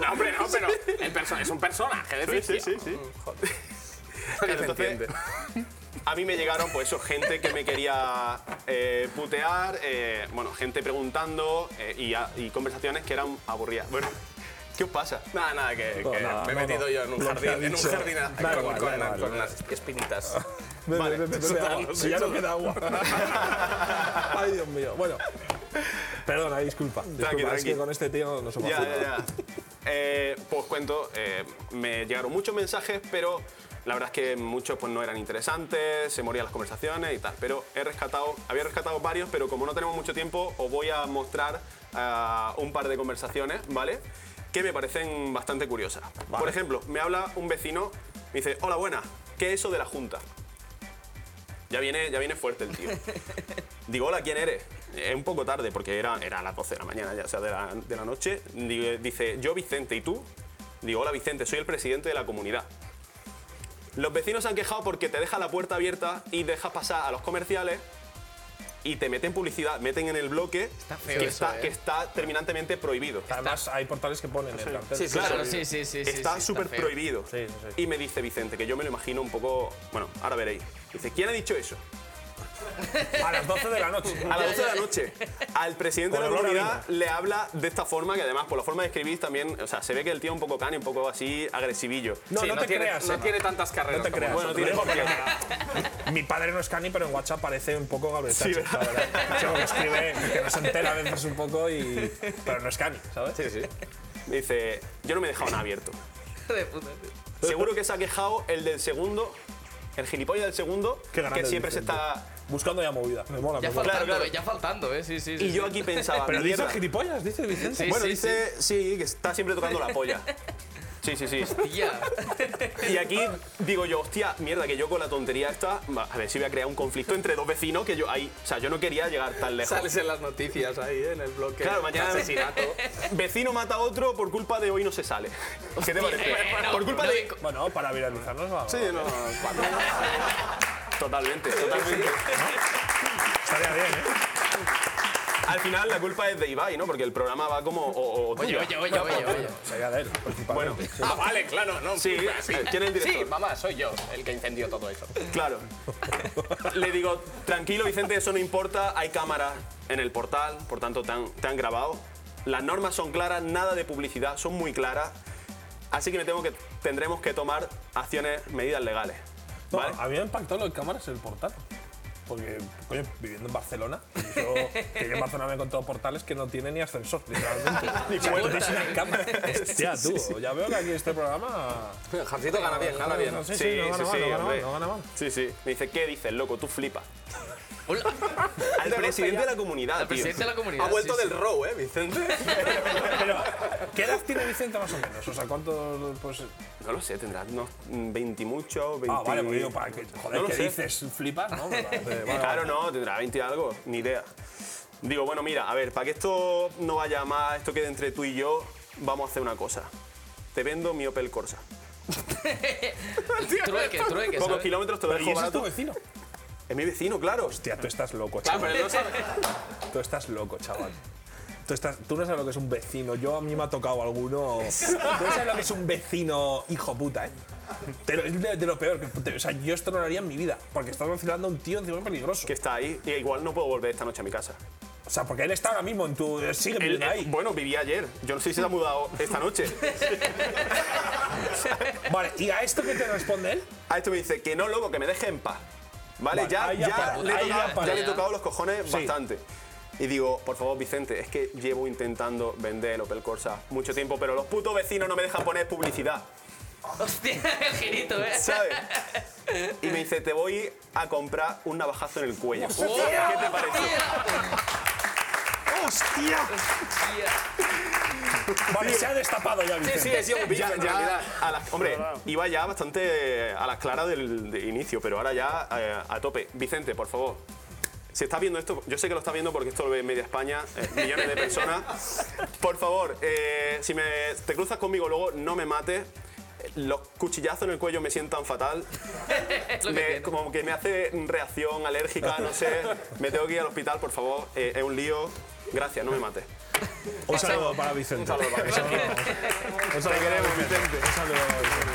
Speaker 2: No, hombre, no, pero el perso- es un personaje de
Speaker 13: Sí, sí,
Speaker 2: ficción.
Speaker 13: sí. sí. Claro, entonces, a mí me llegaron, pues eso, gente que me quería eh, putear, eh, bueno, gente preguntando eh, y, a- y conversaciones que eran aburridas. Bueno, ¿qué os pasa?
Speaker 2: Nada, nada, que,
Speaker 13: No,
Speaker 2: que
Speaker 13: nada,
Speaker 2: me he
Speaker 13: no,
Speaker 2: metido
Speaker 13: no.
Speaker 2: yo en un
Speaker 13: Lo que ha
Speaker 2: jardín, en un
Speaker 13: dicho.
Speaker 2: jardín a-
Speaker 13: Da
Speaker 2: con,
Speaker 13: igual,
Speaker 2: con-
Speaker 13: da
Speaker 2: con
Speaker 13: igual, da igual.
Speaker 2: unas espinitas.
Speaker 3: Vale, si ya no queda agua. Ay, Dios mío. Bueno. Perdona, disculpa. disculpa
Speaker 13: Tranqui,
Speaker 3: es
Speaker 13: tranqui.
Speaker 3: que con este tío no se puede
Speaker 13: Ya,
Speaker 3: hacer
Speaker 13: ya,
Speaker 3: nada.
Speaker 13: ya. Eh, pues cuento, eh, me llegaron muchos mensajes, pero la verdad es que muchos pues, no eran interesantes, se morían las conversaciones y tal. Pero he rescatado, había rescatado varios, pero como no tenemos mucho tiempo, os voy a mostrar ah, un par de conversaciones, ¿vale? Que me parecen bastante curiosas. Por ejemplo, me habla un vecino, me dice, hola, buena, ¿qué es eso de la Junta? Ya viene, ya viene fuerte el tío. Digo, hola, ¿quién eres? Es un poco tarde porque era, era a las 12 de la mañana, ya o sea, de la, de la noche. Digo- Dice, yo Vicente, ¿y tú? Digo, hola Vicente, soy el presidente de la comunidad. Los vecinos se han quejado porque te deja la puerta abierta y dejas pasar a los comerciales y te meten publicidad, meten en el bloque
Speaker 3: feo eso,
Speaker 13: que, está,
Speaker 3: ¿eh?
Speaker 13: que está terminantemente prohibido.
Speaker 3: Además, hay portales que ponen el cartel.
Speaker 13: Claro, Está súper prohibido. Y me dice Vicente, que yo me lo imagino un poco. Bueno, ahora veréis. Dice, ¿quién ha dicho eso?
Speaker 3: A las 12 de la noche.
Speaker 13: A las 12 de la noche. Al presidente de
Speaker 3: Con
Speaker 13: la
Speaker 3: olor a
Speaker 13: comunidad le habla de esta forma, que además por la forma de escribir también, o sea, se ve que el tío es un poco cani, un poco así agresivillo.
Speaker 3: No, no, te
Speaker 2: tiene-
Speaker 3: creas.
Speaker 2: no
Speaker 3: eh.
Speaker 2: tiene tantas carreras
Speaker 3: No te
Speaker 2: como
Speaker 3: creas.
Speaker 13: Bueno, tiene
Speaker 3: ¿eh?
Speaker 13: por qué.
Speaker 3: Mi padre no es cani, pero en WhatsApp parece un poco Gabriel
Speaker 13: Sí,
Speaker 3: Sánchez, la verdad. Es como que escribe, que no se entera a veces un poco, y... pero no es cani, ¿sabes?
Speaker 13: Sí, sí. Me dice, yo no me he dejado nada abierto. Seguro que se ha quejado el del segundo, el gilipollas del segundo,
Speaker 3: Qué grande
Speaker 13: que siempre
Speaker 3: el
Speaker 13: se
Speaker 3: Vicente.
Speaker 13: está.
Speaker 3: Buscando ya movida. Me mola,
Speaker 1: Ya
Speaker 3: me mola.
Speaker 1: faltando, eh, ya faltando, ¿eh? Sí, sí, sí.
Speaker 13: Y yo
Speaker 1: sí.
Speaker 13: aquí pensaba.
Speaker 3: Pero dice
Speaker 13: "Mierda".
Speaker 3: gilipollas, dice Vicente.
Speaker 1: Sí,
Speaker 13: bueno,
Speaker 1: sí,
Speaker 13: dice, sí, que está siempre tocando la polla. Sí, sí, sí.
Speaker 1: Ya.
Speaker 13: Y aquí digo yo, hostia, mierda, que yo con la tontería esta, va, a ver si voy a crear un conflicto entre dos vecinos que yo ahí, o sea, yo no quería llegar tan lejos.
Speaker 2: Sales en las noticias ahí, en el bloque.
Speaker 13: Claro,
Speaker 2: mañana
Speaker 13: mañana-
Speaker 2: asesinato.
Speaker 13: Vecino mata a otro por culpa de hoy no se sale. ¿Qué te parece?
Speaker 1: Eh, no,
Speaker 13: por culpa
Speaker 1: no
Speaker 13: de.
Speaker 3: Bueno, para viralizarnos, vamos.
Speaker 13: Sí, no. Totalmente, totalmente.
Speaker 3: Estaría bien, ¿eh?
Speaker 13: Al final la culpa es de Ibai, ¿no? Porque el programa va como. O, o
Speaker 1: Oye,
Speaker 13: tuya.
Speaker 1: oye, oye, oye, oye.
Speaker 3: Sería de él.
Speaker 13: Bueno,
Speaker 2: Ah, vale, claro, no.
Speaker 13: sí, eh, ¿quién es el director?
Speaker 2: Sí, mamá, soy yo el que incendió todo eso.
Speaker 13: Claro. Le digo, tranquilo Vicente, eso no importa, hay cámaras en el portal, por tanto te han, te han grabado. Las normas son claras, nada de publicidad, son muy claras. Así que me temo que tendremos que tomar acciones, medidas legales.
Speaker 3: No,
Speaker 13: ¿Vale?
Speaker 3: A mí me impactó lo de cámaras en el portal. Porque, coño, viviendo en Barcelona, yo, que yo en Barcelona me he encontrado portales que no tienen ni ascensor, literalmente. ni
Speaker 13: puerta.
Speaker 3: cámara. Hostia, tú, ya veo que aquí este programa.
Speaker 2: Jancito gana bien, gana bien.
Speaker 3: No, sí, sí, no gana mal, no gana mal,
Speaker 13: hombre.
Speaker 3: no gana mal.
Speaker 13: Sí, sí. Me dice, ¿qué dices, loco? Tú flipas.
Speaker 1: Hola.
Speaker 13: Al presidente de la comunidad,
Speaker 1: Al
Speaker 13: tío.
Speaker 1: presidente de la comunidad.
Speaker 2: Ha vuelto
Speaker 1: sí,
Speaker 2: del
Speaker 1: sí.
Speaker 2: row, ¿eh, Vicente?
Speaker 3: Pero, ¿qué edad tiene Vicente más o menos? O sea, ¿cuántos.? Pues,
Speaker 13: No lo sé, tendrá unos mm, 20 y mucho, 20...
Speaker 3: ah, vale, pues digo, para que. Joder,
Speaker 13: No lo
Speaker 3: ¿qué
Speaker 13: sé.
Speaker 3: dices? Flipas, ¿no? Me parece- vale, vale.
Speaker 13: Claro, no, tendrá 20 y algo, ni idea. Digo, bueno, mira, a ver, para que esto no vaya más, esto quede entre tú y yo, vamos a hacer una cosa. Te vendo mi Opel Corsa.
Speaker 1: Trueque, trueque,
Speaker 13: Pocos
Speaker 1: ¿sabes?
Speaker 13: kilómetros te lo
Speaker 3: Pero, ¿y
Speaker 13: dejo
Speaker 3: ese es tu
Speaker 13: barato.
Speaker 3: vecino?
Speaker 13: Es mi vecino, claro.
Speaker 3: Hostia, tú estás loco,
Speaker 2: Ah,
Speaker 3: chaval.
Speaker 2: pero no sabe.
Speaker 3: Tú estás loco, chaval. Tú, estás, tú no sabes lo que es un vecino. Yo a mí me ha tocado alguno. Tú no sabes lo que es un vecino hijo puta, ¿eh? Te lo- es de, de lo peor. que te- o sea, yo esto no lo haría en mi vida. Porque estás vacilando a un tío encima peligroso.
Speaker 13: Que está ahí y igual no puedo volver esta noche a mi casa.
Speaker 3: O sea, porque él está ahora mismo en tu. eh, Sigue
Speaker 13: Él-
Speaker 3: viviendo
Speaker 13: él-
Speaker 3: ahí.
Speaker 13: Bueno, vivía ayer. Yo no sé si se ha mudado esta noche.
Speaker 3: vale, ¿y a esto qué te responde él?
Speaker 13: A esto me dice que no, loco, que me deje en paz. Vale,
Speaker 3: Vale,
Speaker 13: ya,
Speaker 3: ahí ya
Speaker 13: ya,
Speaker 3: para,
Speaker 13: le he
Speaker 3: ahí ya
Speaker 13: tocado-
Speaker 3: para.
Speaker 13: ya le he tocado los cojones
Speaker 3: Sí.
Speaker 13: bastante. Y digo, por favor, Vicente, es que llevo intentando vender el Opel Corsa mucho tiempo, pero los putos vecinos no me dejan poner publicidad.
Speaker 1: Hostia, el girito, ¿eh?
Speaker 13: ¿Sabes? Y me dice, te voy a comprar un navajazo en el cuello.
Speaker 1: Oh,
Speaker 3: ¡Hostia!
Speaker 13: ¿Qué te parece?
Speaker 3: ¡Hostia! Vale, se ha destapado ya, Vicente.
Speaker 2: Ah.
Speaker 13: Ya, ya, a las- hombre, iba ya bastante a las claras del de inicio, pero ahora ya eh, a tope. Vicente, por favor. Si estás viendo esto, yo sé que lo estás viendo porque esto lo ve media España, eh, millones de personas. Por favor, eh, si me, te cruzas conmigo luego, no me mates. Los cuchillazos en el cuello me sientan fatal. Me- como que me hace reacción alérgica, no sé. Me tengo que ir al hospital, por favor. Eh, es un lío. Gracias, no me mates.
Speaker 3: Un saludo para Vicente.
Speaker 13: Un saludo para Vicente.
Speaker 3: Un saludo para Vicente. Un saludo para Vicente.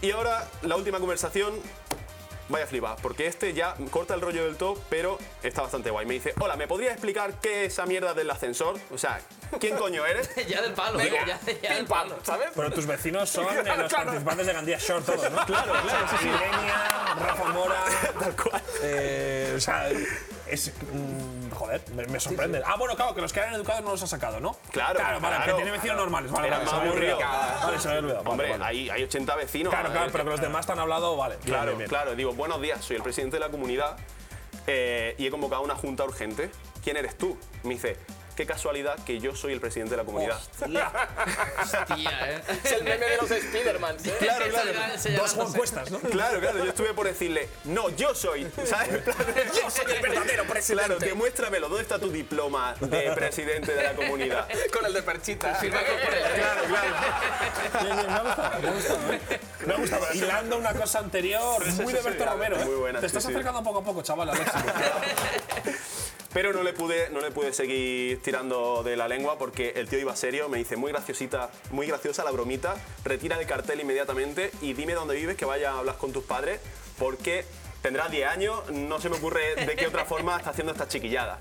Speaker 13: Y ahora la última conversación. Vaya flipa, porque este ya corta el rollo del top, pero está bastante guay. Me dice, hola, ¿me podrías explicar qué es esa mierda del ascensor? O sea, ¿quién coño eres?
Speaker 1: ya del palo,
Speaker 13: Venga,
Speaker 1: ¿eh? Ya, ya del
Speaker 13: pim,
Speaker 1: palo.
Speaker 13: ¿sabes?
Speaker 3: Pero tus vecinos son eh, los
Speaker 13: Claro.
Speaker 3: participantes de Gandía Short, todos, ¿no?
Speaker 13: Claro, claro, sí, sí.
Speaker 3: Milenia, Rafa Mora. Tal cual. o sea, es. mm, joder, me, me sorprende. Ah, bueno, claro, que los que eran educados no los ha sacado, ¿no?
Speaker 13: Claro,
Speaker 3: Claro, vale, que
Speaker 13: claro,
Speaker 3: tiene vecinos
Speaker 13: claro.
Speaker 3: normales. Vale,
Speaker 13: Era
Speaker 3: vale,
Speaker 13: más
Speaker 3: se me había
Speaker 13: aburrido.
Speaker 3: olvidado. Vale, se me había olvidado. Vale,
Speaker 13: Hombre,
Speaker 3: vale.
Speaker 13: Hay, hay 80 vecinos.
Speaker 3: Claro,
Speaker 13: a
Speaker 3: claro,
Speaker 13: ver.
Speaker 3: pero que los demás te han hablado, vale. bien,
Speaker 13: Claro,
Speaker 3: bien, bien.
Speaker 13: claro. Digo, buenos días, soy el presidente de la comunidad eh, y he convocado una junta urgente. ¿Quién eres tú? Me dice, qué casualidad que yo soy el presidente de la comunidad.
Speaker 1: Hostia, ¿eh?
Speaker 12: Es el meme de los Spider-Man. ¿eh?
Speaker 13: Claro, claro.
Speaker 3: Dos Juan Cuestas, ¿no?
Speaker 13: Claro, claro, yo estuve por decirle, no, yo soy, ¿sabes? En plan,
Speaker 3: Yo soy el verdadero presidente.
Speaker 13: Claro, demuéstramelo, ¿dónde está tu diploma de presidente de la comunidad?
Speaker 2: Con el de Perchita.
Speaker 13: Claro, claro.
Speaker 3: Bien, bien, me ha gustado, me ha gustado. Me ha gustado. Hilando una cosa anterior,
Speaker 13: Sí, sí,
Speaker 3: muy de
Speaker 13: sí,
Speaker 3: Berto
Speaker 13: sí,
Speaker 3: Romero, ¿eh?
Speaker 13: muy buena,
Speaker 3: Te
Speaker 13: sí,
Speaker 3: estás
Speaker 13: sí.
Speaker 3: acercando poco a poco, chaval, al éxito.
Speaker 13: Pero no le, pude, no le pude seguir tirando de la lengua porque el tío iba serio, me dice, muy graciosita, muy graciosa la bromita, retira el cartel inmediatamente y dime dónde vives, que vaya a hablar con tus padres, porque tendrás 10 años, no se me ocurre de qué otra forma está haciendo esta chiquillada.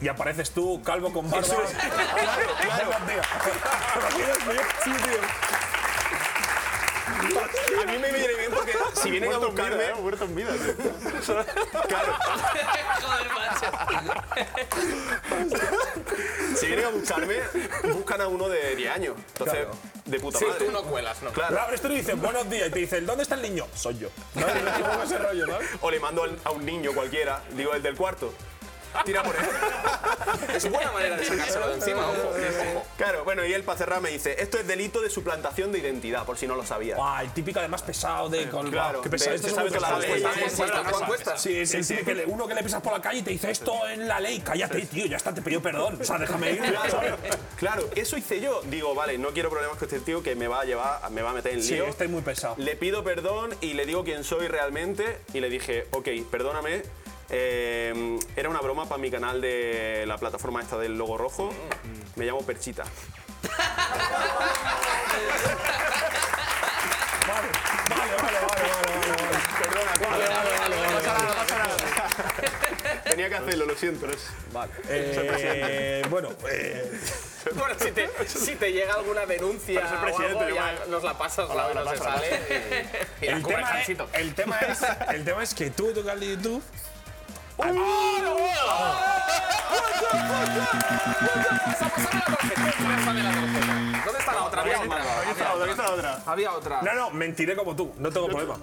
Speaker 3: Y apareces tú, calvo con barba.
Speaker 13: Eso es.
Speaker 3: claro, claro.
Speaker 13: A mí me viene bien porque si vienen a
Speaker 11: Muerto en
Speaker 13: buscarme...
Speaker 11: vida, eh, muerto en vida, tío.
Speaker 13: Claro.
Speaker 1: Joder, macho.
Speaker 13: Si vienen a buscarme, buscan a uno de 10 años. Entonces,
Speaker 3: Claro.
Speaker 13: de puta
Speaker 2: Sí,
Speaker 13: madre.
Speaker 2: tú no cuelas, ¿no?
Speaker 13: Claro.
Speaker 3: Lo abres tú y dices, buenos días. Y te dicen, ¿dónde está el niño? Soy yo. No, no, no, ese rollo, ¿no?
Speaker 13: O le mando al- a un niño cualquiera, digo, el del cuarto. Tira por él.
Speaker 2: Es buena manera de sacárselo de encima, ojo. ojo.
Speaker 13: Claro, bueno, y él para cerrar me dice, esto es delito de suplantación de identidad, por si no lo sabía.
Speaker 3: Guau, el típico además pesado de con
Speaker 13: Claro,
Speaker 3: que pesado,
Speaker 13: de-
Speaker 3: esto
Speaker 13: se
Speaker 3: es
Speaker 13: sabe
Speaker 3: muy
Speaker 13: todas las
Speaker 3: pesado, ¿eh?
Speaker 13: leyes. Sí, sí,
Speaker 3: Juan
Speaker 13: Juan
Speaker 3: Cuesta.
Speaker 13: Cuesta.
Speaker 3: Sí, sí, sí, que le- uno que le pisas por la calle y te dice esto es la ley, cállate, tío, ya está, te pidió perdón, o sea, déjame ir. ¿sabes?
Speaker 13: Claro, claro, eso hice yo. Digo, vale, no quiero problemas con este tío que me va a llevar, me va a meter en
Speaker 3: Sí,
Speaker 13: lío.
Speaker 3: este es muy pesado.
Speaker 13: Le pido perdón y le digo quién soy realmente y le dije, ok, perdóname. eh, era una broma para mi canal de la plataforma esta del logo rojo. Me llamo Perchita.
Speaker 3: Vale, vale, vale, vale, vale, vale, vale.
Speaker 13: Perdona, Tenía que hacerlo, lo siento. Vale.
Speaker 3: Eh, bueno, eh,
Speaker 2: Bueno, si te, si te llega alguna denuncia
Speaker 13: Pero
Speaker 2: o
Speaker 13: es el
Speaker 2: algo,
Speaker 13: presidente,
Speaker 2: ya
Speaker 13: igual.
Speaker 2: nos la pasas, la, no se sale. y- Y, la
Speaker 3: el,
Speaker 2: cubre
Speaker 3: tema es,
Speaker 2: Jansito.
Speaker 3: el, tema es, el tema es que tú, tu canal de YouTube,
Speaker 2: ¿Dónde está la otra? Había otra. Había otra. Había otra.
Speaker 3: No, no, mentiré como tú, no tengo problema.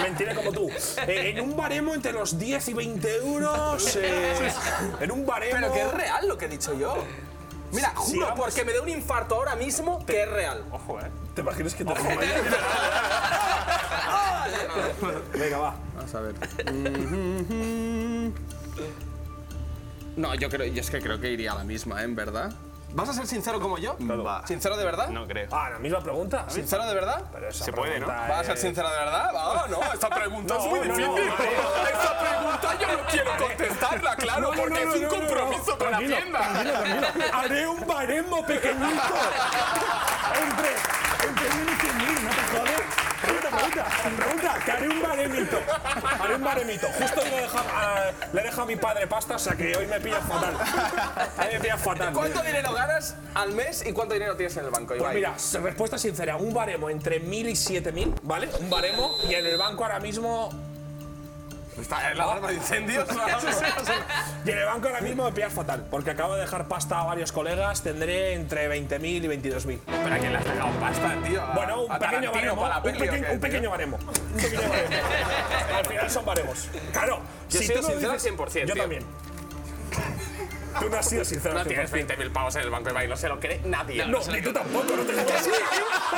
Speaker 3: mentiré como tú. Eh, en un baremo entre los 10 y 20 euros. eh, en un baremo.
Speaker 2: Pero que es real lo que he dicho yo. Mira,
Speaker 3: Sí,
Speaker 2: juro,
Speaker 3: vamos.
Speaker 2: porque me dé un infarto ahora mismo que es real.
Speaker 11: Ojo, eh.
Speaker 3: ¿Te imaginas que te
Speaker 13: eh.
Speaker 3: Venga, va.
Speaker 2: Vamos a ver. No, yo creo, yo es que creo que iría a la misma, ¿eh? ¿en verdad? ¿Vas a ser sincero como yo?
Speaker 13: Va.
Speaker 2: ¿Sincero de verdad?
Speaker 13: No creo.
Speaker 3: Ah, la misma pregunta.
Speaker 2: ¿Sincero de verdad?
Speaker 3: Pero esa
Speaker 13: Se puede, ¿no?
Speaker 3: pregunta
Speaker 2: ¿Vas a ser
Speaker 3: es-
Speaker 2: sincero de verdad? Ah, no, esta pregunta es
Speaker 3: No,
Speaker 2: muy
Speaker 3: no, no,
Speaker 2: difícil.
Speaker 3: vale.
Speaker 2: esta pregunta yo no quiero contestarla, claro,
Speaker 3: No, no,
Speaker 2: porque
Speaker 3: no,
Speaker 2: es un
Speaker 3: no, no, no.
Speaker 2: compromiso con la
Speaker 3: Tranquilo,
Speaker 2: tienda.
Speaker 3: tranquilo, tranquilo. Haré un baremo pequeñito entre Entre 1 y 100.000, no te jodas. Pregunta, pregunta, pregunta, que haré un baremito. Haré un baremito. Justo hoy le he dejado a- le he dejado a mi padre pasta, o sea que hoy me pilla fatal. Hoy me pilla fatal.
Speaker 2: ¿Cuánto dinero ganas al mes y cuánto dinero tienes en el banco,
Speaker 3: Pues
Speaker 2: Ibai?
Speaker 3: mira, s- respuesta sincera, un baremo entre 1000 y 7000, ¿vale? Un baremo y en el banco ahora mismo
Speaker 2: Está en la alarma de incendios.
Speaker 3: y en el banco ahora mismo me pillas fatal, porque acabo de dejar pasta a varios colegas, tendré entre 20.000 y 22.000.
Speaker 2: ¿Pero a quién le has dejado pasta, tío? ¿A-
Speaker 3: Bueno, un
Speaker 2: a
Speaker 3: pequeño
Speaker 2: Tarantino
Speaker 3: baremo,
Speaker 2: para la
Speaker 3: un,
Speaker 2: peli, o
Speaker 3: pequeño-
Speaker 2: qué,
Speaker 3: un pequeño
Speaker 2: tío?
Speaker 3: baremo. Un pequeño baremo. Al final son baremos. Claro,
Speaker 2: Yo he
Speaker 3: tú
Speaker 2: sido
Speaker 3: lo
Speaker 2: sincero al
Speaker 3: dices-
Speaker 2: 100%,
Speaker 3: Yo
Speaker 2: tío.
Speaker 3: también. Tú no has sido sincero
Speaker 2: No
Speaker 3: al
Speaker 2: tienes
Speaker 3: 100%.
Speaker 2: 20.000 pavos en el banco, Ibai, no se lo cree nadie.
Speaker 3: No, ni tú tampoco, no te
Speaker 2: ¡Que sí!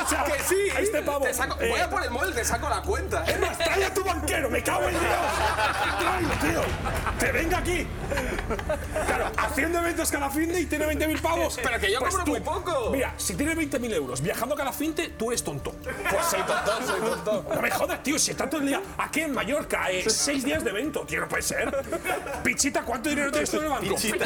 Speaker 3: O sea,
Speaker 2: ¡Que sí!
Speaker 3: a este pavo,
Speaker 2: Te saco-
Speaker 3: eh,
Speaker 2: voy a por el móvil, te saco la cuenta. ¿eh?
Speaker 3: Es más, trae a tu banquero, me cago en Dios. Tráelo, tío. Que venga aquí. Claro, haciendo eventos cada fin de y tiene 20.000 pavos.
Speaker 2: Pero que yo
Speaker 3: Pues
Speaker 2: cobro
Speaker 3: tú,
Speaker 2: muy poco.
Speaker 3: Mira, si tienes 20.000 euros viajando cada fin de, tú eres tonto.
Speaker 2: Pues soy tonto, soy tonto.
Speaker 3: No me jodas, tío, si está todo el día aquí en Mallorca, eh, seis días de evento, tío, no puede ser. Pichita, ¿cuánto dinero tienes tú en el banco?
Speaker 2: Pichita.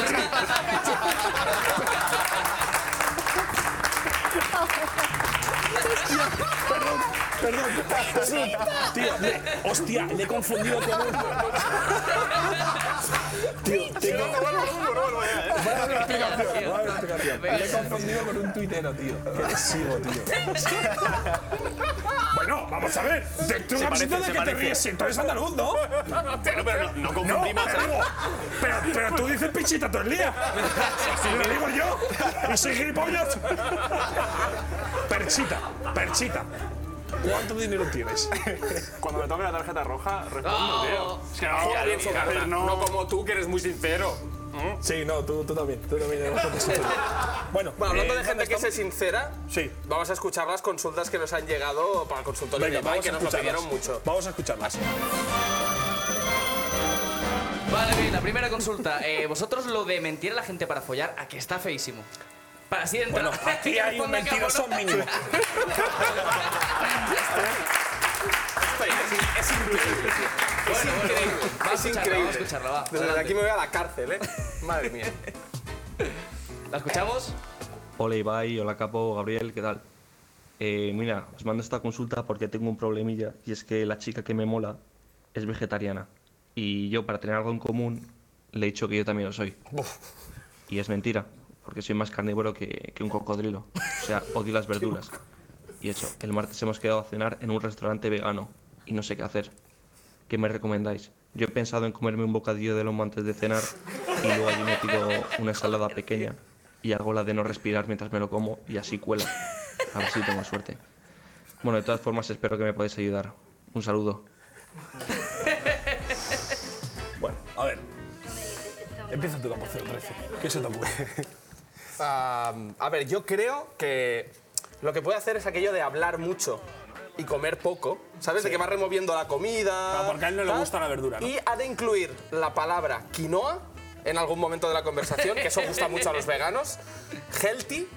Speaker 3: Perdón, perdón. Tío, le- hostia, le he confundido con un. Tío, tengo. Voy a dar una explicación, voy a dar una explicación. Le he confundido con un tuitero, tío. Que le sigo, tío. Bueno, vamos a ver. Te tú
Speaker 13: Se
Speaker 3: una
Speaker 13: parece,
Speaker 3: camiseta de
Speaker 13: se
Speaker 3: que te
Speaker 13: parece.
Speaker 3: ríes, si tú eres andaluz, ¿no?
Speaker 13: Pero, pero no, no confundimos.
Speaker 3: No, digo, pero, pero tú dices pichita todo el día. Si lo digo yo, y soy gilipollas. Perchita, perchita. ¿Cuánto dinero tienes?
Speaker 11: Cuando me toque la tarjeta roja, respondo,
Speaker 2: No.
Speaker 11: tío. Es que no,
Speaker 2: Joder,
Speaker 11: tío,
Speaker 2: Ricardo,
Speaker 11: joder,
Speaker 2: no.
Speaker 11: no.
Speaker 2: como tú, que eres muy sincero. ¿Mm?
Speaker 3: Sí, no, tú, tú también. Tú también eres bastante sincero. Bueno,
Speaker 2: Bueno, hablando
Speaker 3: eh,
Speaker 2: de gente
Speaker 3: ¿dónde
Speaker 2: que se
Speaker 3: estamos?
Speaker 2: sincera,
Speaker 3: Sí.
Speaker 2: vamos a escuchar las consultas que nos han llegado para el consultorio de Ibai, que nos lo pidieron mucho.
Speaker 3: Vamos a escucharlas.
Speaker 1: Vale, bien, la primera consulta. Eh, vosotros lo de mentir a la gente para follar, a que está feísimo. Para así de entrada.
Speaker 3: Bueno, aquí hay un mentiroso mínimo.
Speaker 2: Es increíble, tío. Es increíble.
Speaker 1: Vamos a escucharla, vamos
Speaker 2: Es
Speaker 1: a
Speaker 2: increíble.
Speaker 1: escucharla, va.
Speaker 2: Desde
Speaker 1: Adelante.
Speaker 2: aquí me voy a la cárcel, ¿eh? Madre mía.
Speaker 1: ¿La escuchamos?
Speaker 14: Hola Ibai, hola Capo, Gabriel, ¿qué tal? Eh, mira, os mando esta consulta porque tengo un problemilla y es que la chica que me mola es vegetariana y yo para tener algo en común le he dicho que yo también lo soy. Y es mentira, porque soy más carnívoro que, que un cocodrilo. O sea, odio las verduras. Y eso, el martes hemos quedado a cenar en un restaurante vegano y no sé qué hacer. ¿Qué me recomendáis? Yo he pensado en comerme un bocadillo de lomo antes de cenar y luego allí me pido una ensalada pequeña y hago la de no respirar mientras me lo como y así cuela. A ver si tengo suerte. Bueno, de todas formas espero que me podáis ayudar. Un saludo.
Speaker 3: Bueno, a ver. Empieza tú, Campo 013. ¿Qué se te ocurre?
Speaker 2: Ah, a ver, yo creo que lo que puede hacer es aquello de hablar mucho y comer poco, ¿sabes? De que va removiendo la comida.
Speaker 3: Ah, porque a él no le
Speaker 2: tal.
Speaker 3: gusta la verdura, ¿no?
Speaker 2: Y ha de incluir la palabra quinoa en algún momento de la conversación, que eso gusta mucho a los veganos. Healthy.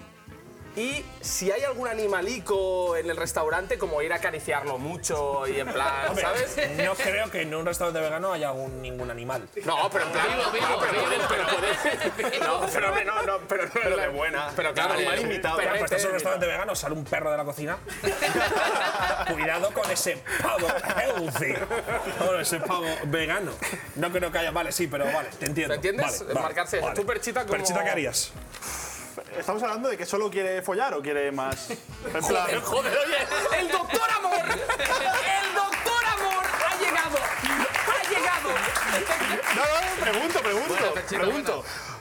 Speaker 2: Y si hay algún animalico en el restaurante, como ir a acariciarlo mucho y en plan,
Speaker 3: Hombre,
Speaker 2: ¿sabes?
Speaker 3: No creo que en un restaurante vegano haya algún- ningún animal.
Speaker 2: No, pero en plan. no, pero puede- pero puede- No, pero hombre, no, no, pero no es la buena. Pero claro,
Speaker 3: Vale,
Speaker 2: mal
Speaker 3: Pero pues estás en un restaurante vegano, sale un perro de la cocina. Cuidado con ese pavo ¿eh, healthy. Con ese pavo vegano. No creo que haya. Vale, sí, pero vale, te entiendo.
Speaker 2: ¿Te entiendes?
Speaker 3: Vale, vale,
Speaker 2: Marcarse eso.
Speaker 3: vale.
Speaker 2: Tú, Perchita, como-
Speaker 3: Perchita, ¿qué harías?
Speaker 11: ¿Estamos hablando de que solo quiere follar o quiere más? En plan,
Speaker 2: Joder, joder, oye, el doctor amor, el doctor amor ha llegado, ha llegado.
Speaker 11: No, no, pregunto, pregunto, pregunto.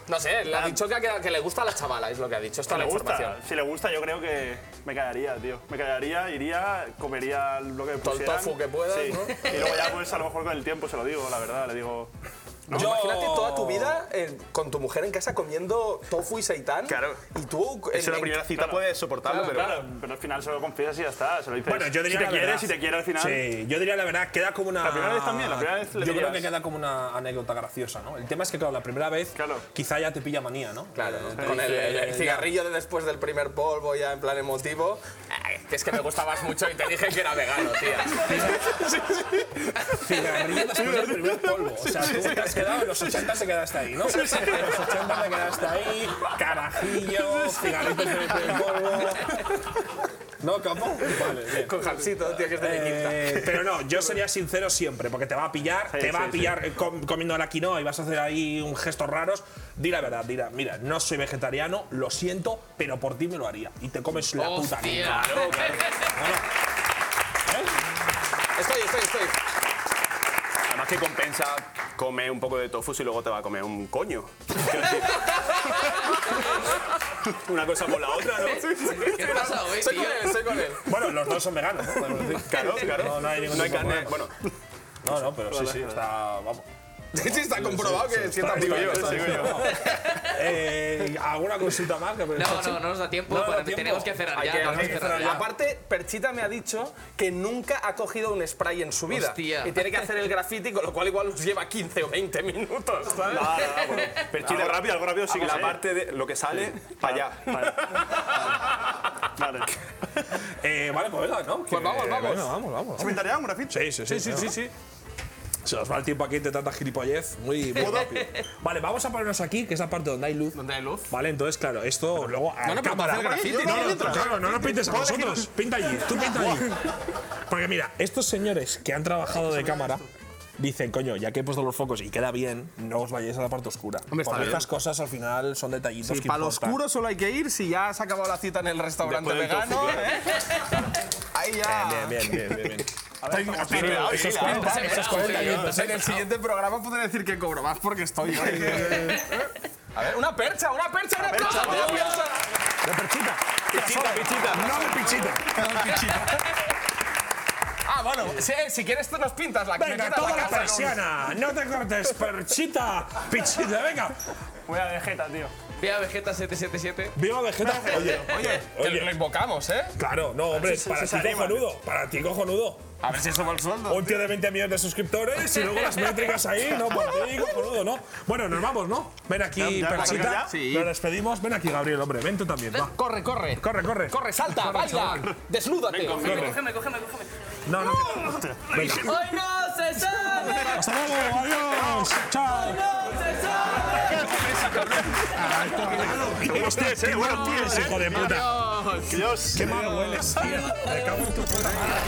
Speaker 2: No sé, le ha dicho que, ha quedado- que le gusta a la chavala, es lo que ha dicho. Esto
Speaker 11: Si
Speaker 2: es la
Speaker 11: le gusta,
Speaker 2: información.
Speaker 11: si le gusta, yo creo que me quedaría, tío. Me quedaría, iría, comería lo que
Speaker 2: Todo el
Speaker 11: pusieran.
Speaker 2: tofu que puedas,
Speaker 11: Sí.
Speaker 2: ¿no?
Speaker 11: Y luego ya, pues, a lo mejor con el tiempo se lo digo, la verdad, le digo...
Speaker 2: No, Imagínate toda tu vida eh, con tu mujer en casa comiendo tofu y seitán. Claro. Y tú. en-
Speaker 13: Eso en la
Speaker 2: en-
Speaker 13: primera cita puedes soportarlo,
Speaker 11: Claro,
Speaker 13: pero...
Speaker 11: claro, pero al final se lo confiesas y ya está, se lo dices.
Speaker 3: Bueno, yo diría
Speaker 11: si te
Speaker 3: la
Speaker 11: quieres,
Speaker 3: verdad.
Speaker 11: si te quiere al final.
Speaker 3: Sí, yo diría la verdad, queda como una.
Speaker 11: La primera vez también, la primera vez
Speaker 3: Yo
Speaker 11: le
Speaker 3: creo
Speaker 11: dirías.
Speaker 3: que queda como una anécdota graciosa, ¿no? El tema es que, claro, la primera vez quizá ya te pilla manía, ¿no?
Speaker 2: Claro,
Speaker 3: Eh,
Speaker 2: con el, el- el
Speaker 3: eh, ya.
Speaker 2: cigarrillo de después del primer polvo ya en plan emotivo. Ay, que es que me gustabas mucho y te dije que era vegano, tía.
Speaker 3: Cigarrillo te has puesto el primer polvo. O sea, tú te has quedado en los 80 se quedaste ahí, ¿no? En los 80 te quedaste ahí, carajillo, cigarritos en el primer polvo. ¿No, capo? Vale, bien.
Speaker 2: Con Japsito, tío, que es de
Speaker 3: Eh,
Speaker 2: mi quinta.
Speaker 3: pero no, yo sería sincero siempre, porque te va a pillar,
Speaker 2: Sí,
Speaker 3: te va
Speaker 2: sí,
Speaker 3: a pillar eh, com- comiendo la quinoa y vas a hacer ahí un gestos raros. Di la verdad, dirá, mira, no soy vegetariano, lo siento, pero por ti me lo haría. Y te comes la puta quinoa.
Speaker 2: Claro, claro.
Speaker 3: ¿Eh?
Speaker 2: Estoy, estoy, estoy.
Speaker 13: Además que compensa comer un poco de tofu si luego te va a comer un coño. Una cosa por la otra, ¿no?
Speaker 1: ¿Qué te pasa hoy,
Speaker 2: Estoy
Speaker 1: tío?
Speaker 2: con él, estoy con él.
Speaker 3: Bueno, los dos son veganos, ¿no? Podemos decir.
Speaker 13: Claro, claro.
Speaker 3: No, no hay ningún tipo de
Speaker 13: carne.
Speaker 3: problema.
Speaker 13: Bueno,
Speaker 3: No, no, pero sí,
Speaker 13: Vale,
Speaker 3: sí,
Speaker 13: vale.
Speaker 3: está. Vamos.
Speaker 2: Sí, está comprobado que
Speaker 3: está-
Speaker 2: sienta
Speaker 3: está-
Speaker 2: muy bien,
Speaker 3: está-
Speaker 2: digo
Speaker 3: está-
Speaker 2: yo.
Speaker 3: está- Eh, ¿Alguna consulta más? No,
Speaker 1: No, no, no nos da tiempo,
Speaker 3: No nos da
Speaker 1: pero
Speaker 3: tiempo.
Speaker 1: tenemos que cerrar
Speaker 2: Hay
Speaker 1: ya.
Speaker 2: que-
Speaker 1: tenemos
Speaker 2: hay
Speaker 1: que
Speaker 2: que
Speaker 1: cerrar
Speaker 2: cerrar.
Speaker 1: ya.
Speaker 2: Aparte, Perchita me ha dicho que nunca ha cogido un spray en su vida.
Speaker 1: Hostia.
Speaker 2: Y tiene que hacer el graffiti, con lo cual igual nos lleva 15 o 20 minutos, ¿sabes?
Speaker 13: No, no, no, Ah, bueno. Pero chile,
Speaker 2: Vamos,
Speaker 13: rápido, algo rápido, sí que
Speaker 2: vamos
Speaker 13: la
Speaker 2: ahí.
Speaker 13: parte de lo que sale, para allá.
Speaker 11: Vale.
Speaker 3: Eh, vale, pues venga, ¿no? Que-
Speaker 2: vamos, vamos.
Speaker 3: venga, vamos, vamos.
Speaker 11: ¿Se me daría un grafito?
Speaker 3: Sí, sí, sí, sí, sí, sí. Se nos va el tiempo aquí de tanta gilipollez. Muy, muy
Speaker 2: ¿Puedo?
Speaker 3: rápido. Vale, vamos a ponernos aquí, que es la parte donde hay luz.
Speaker 2: ¿Dónde hay luz?
Speaker 3: Vale, entonces, claro, esto luego a
Speaker 2: No, no, pero
Speaker 3: cámara.
Speaker 2: para hacer graffiti,
Speaker 3: no,
Speaker 2: ¿no?
Speaker 3: no,
Speaker 2: Dentro.
Speaker 3: claro, no nos pintes a
Speaker 2: Ponle
Speaker 3: nosotros. Pinta allí, tú pinta allí. Porque mira, estos señores que han trabajado de cámara dicen, coño, ya que he puesto los focos y queda bien, no os vayáis a la parte oscura.
Speaker 2: Hombre, está
Speaker 3: Porque
Speaker 2: bien.
Speaker 3: estas cosas al final son detallitos
Speaker 2: Sí,
Speaker 3: que
Speaker 2: para lo
Speaker 3: importan.
Speaker 2: oscuro solo hay que ir si ya se ha acabado la cita en el restaurante
Speaker 3: Después del
Speaker 2: vegano.
Speaker 3: tofu, claro.
Speaker 2: ¿eh? Ahí ya.
Speaker 3: Bien, bien, bien, bien, bien, bien.
Speaker 2: Esos 40, esos 40,
Speaker 3: eh.
Speaker 2: En el siguiente programa podré decir que cobro más porque estoy hoy. A ver, una percha, una percha, una percha. una percha.
Speaker 3: La perchita.
Speaker 2: Pichita, pichita.
Speaker 3: No de pichita.
Speaker 2: Ah, bueno, si, si quieres tú nos pintas la me
Speaker 3: Venga,
Speaker 2: pintas
Speaker 3: toda la
Speaker 2: casa, ¿no?
Speaker 3: persiana. No te cortes, perchita. Pichita, venga.
Speaker 11: Voy a Vegeta, tío.
Speaker 1: Vea Vegeta 777.
Speaker 3: Viva Vegeta. Oye,
Speaker 2: Oye, que lo invocamos, ¿eh?
Speaker 3: Claro, no, hombre,
Speaker 11: si-
Speaker 3: para
Speaker 11: si se
Speaker 3: ti
Speaker 11: anima.
Speaker 3: cojonudo. Para ti cojonudo.
Speaker 2: A ver si somos el sueldo.
Speaker 3: Un tío de 20 millones de suscriptores y luego las métricas ahí, no, por ti, cojonudo, ¿no? Bueno, nos vamos, ¿no? Ven aquí,
Speaker 11: ¿Ya, ya,
Speaker 3: Perchita.
Speaker 11: ya?
Speaker 2: Sí.
Speaker 3: Nos despedimos. Ven aquí, Gabriel, hombre. Ven tú también, va.
Speaker 2: Corre, corre.
Speaker 3: Corre, corre.
Speaker 2: Corre, salta, baila, desnúdate.
Speaker 3: Corre.
Speaker 1: Cógeme, cógeme, cógeme.
Speaker 3: No, no. Venga.
Speaker 6: Hoy no se sabe.
Speaker 3: Hasta luego, adiós. Chao.
Speaker 13: ¿eh?
Speaker 3: Hostia, qué bueno tienes, hijo de puta. Dios. Qué mal hueles, tío. Me cago en tu puta madre.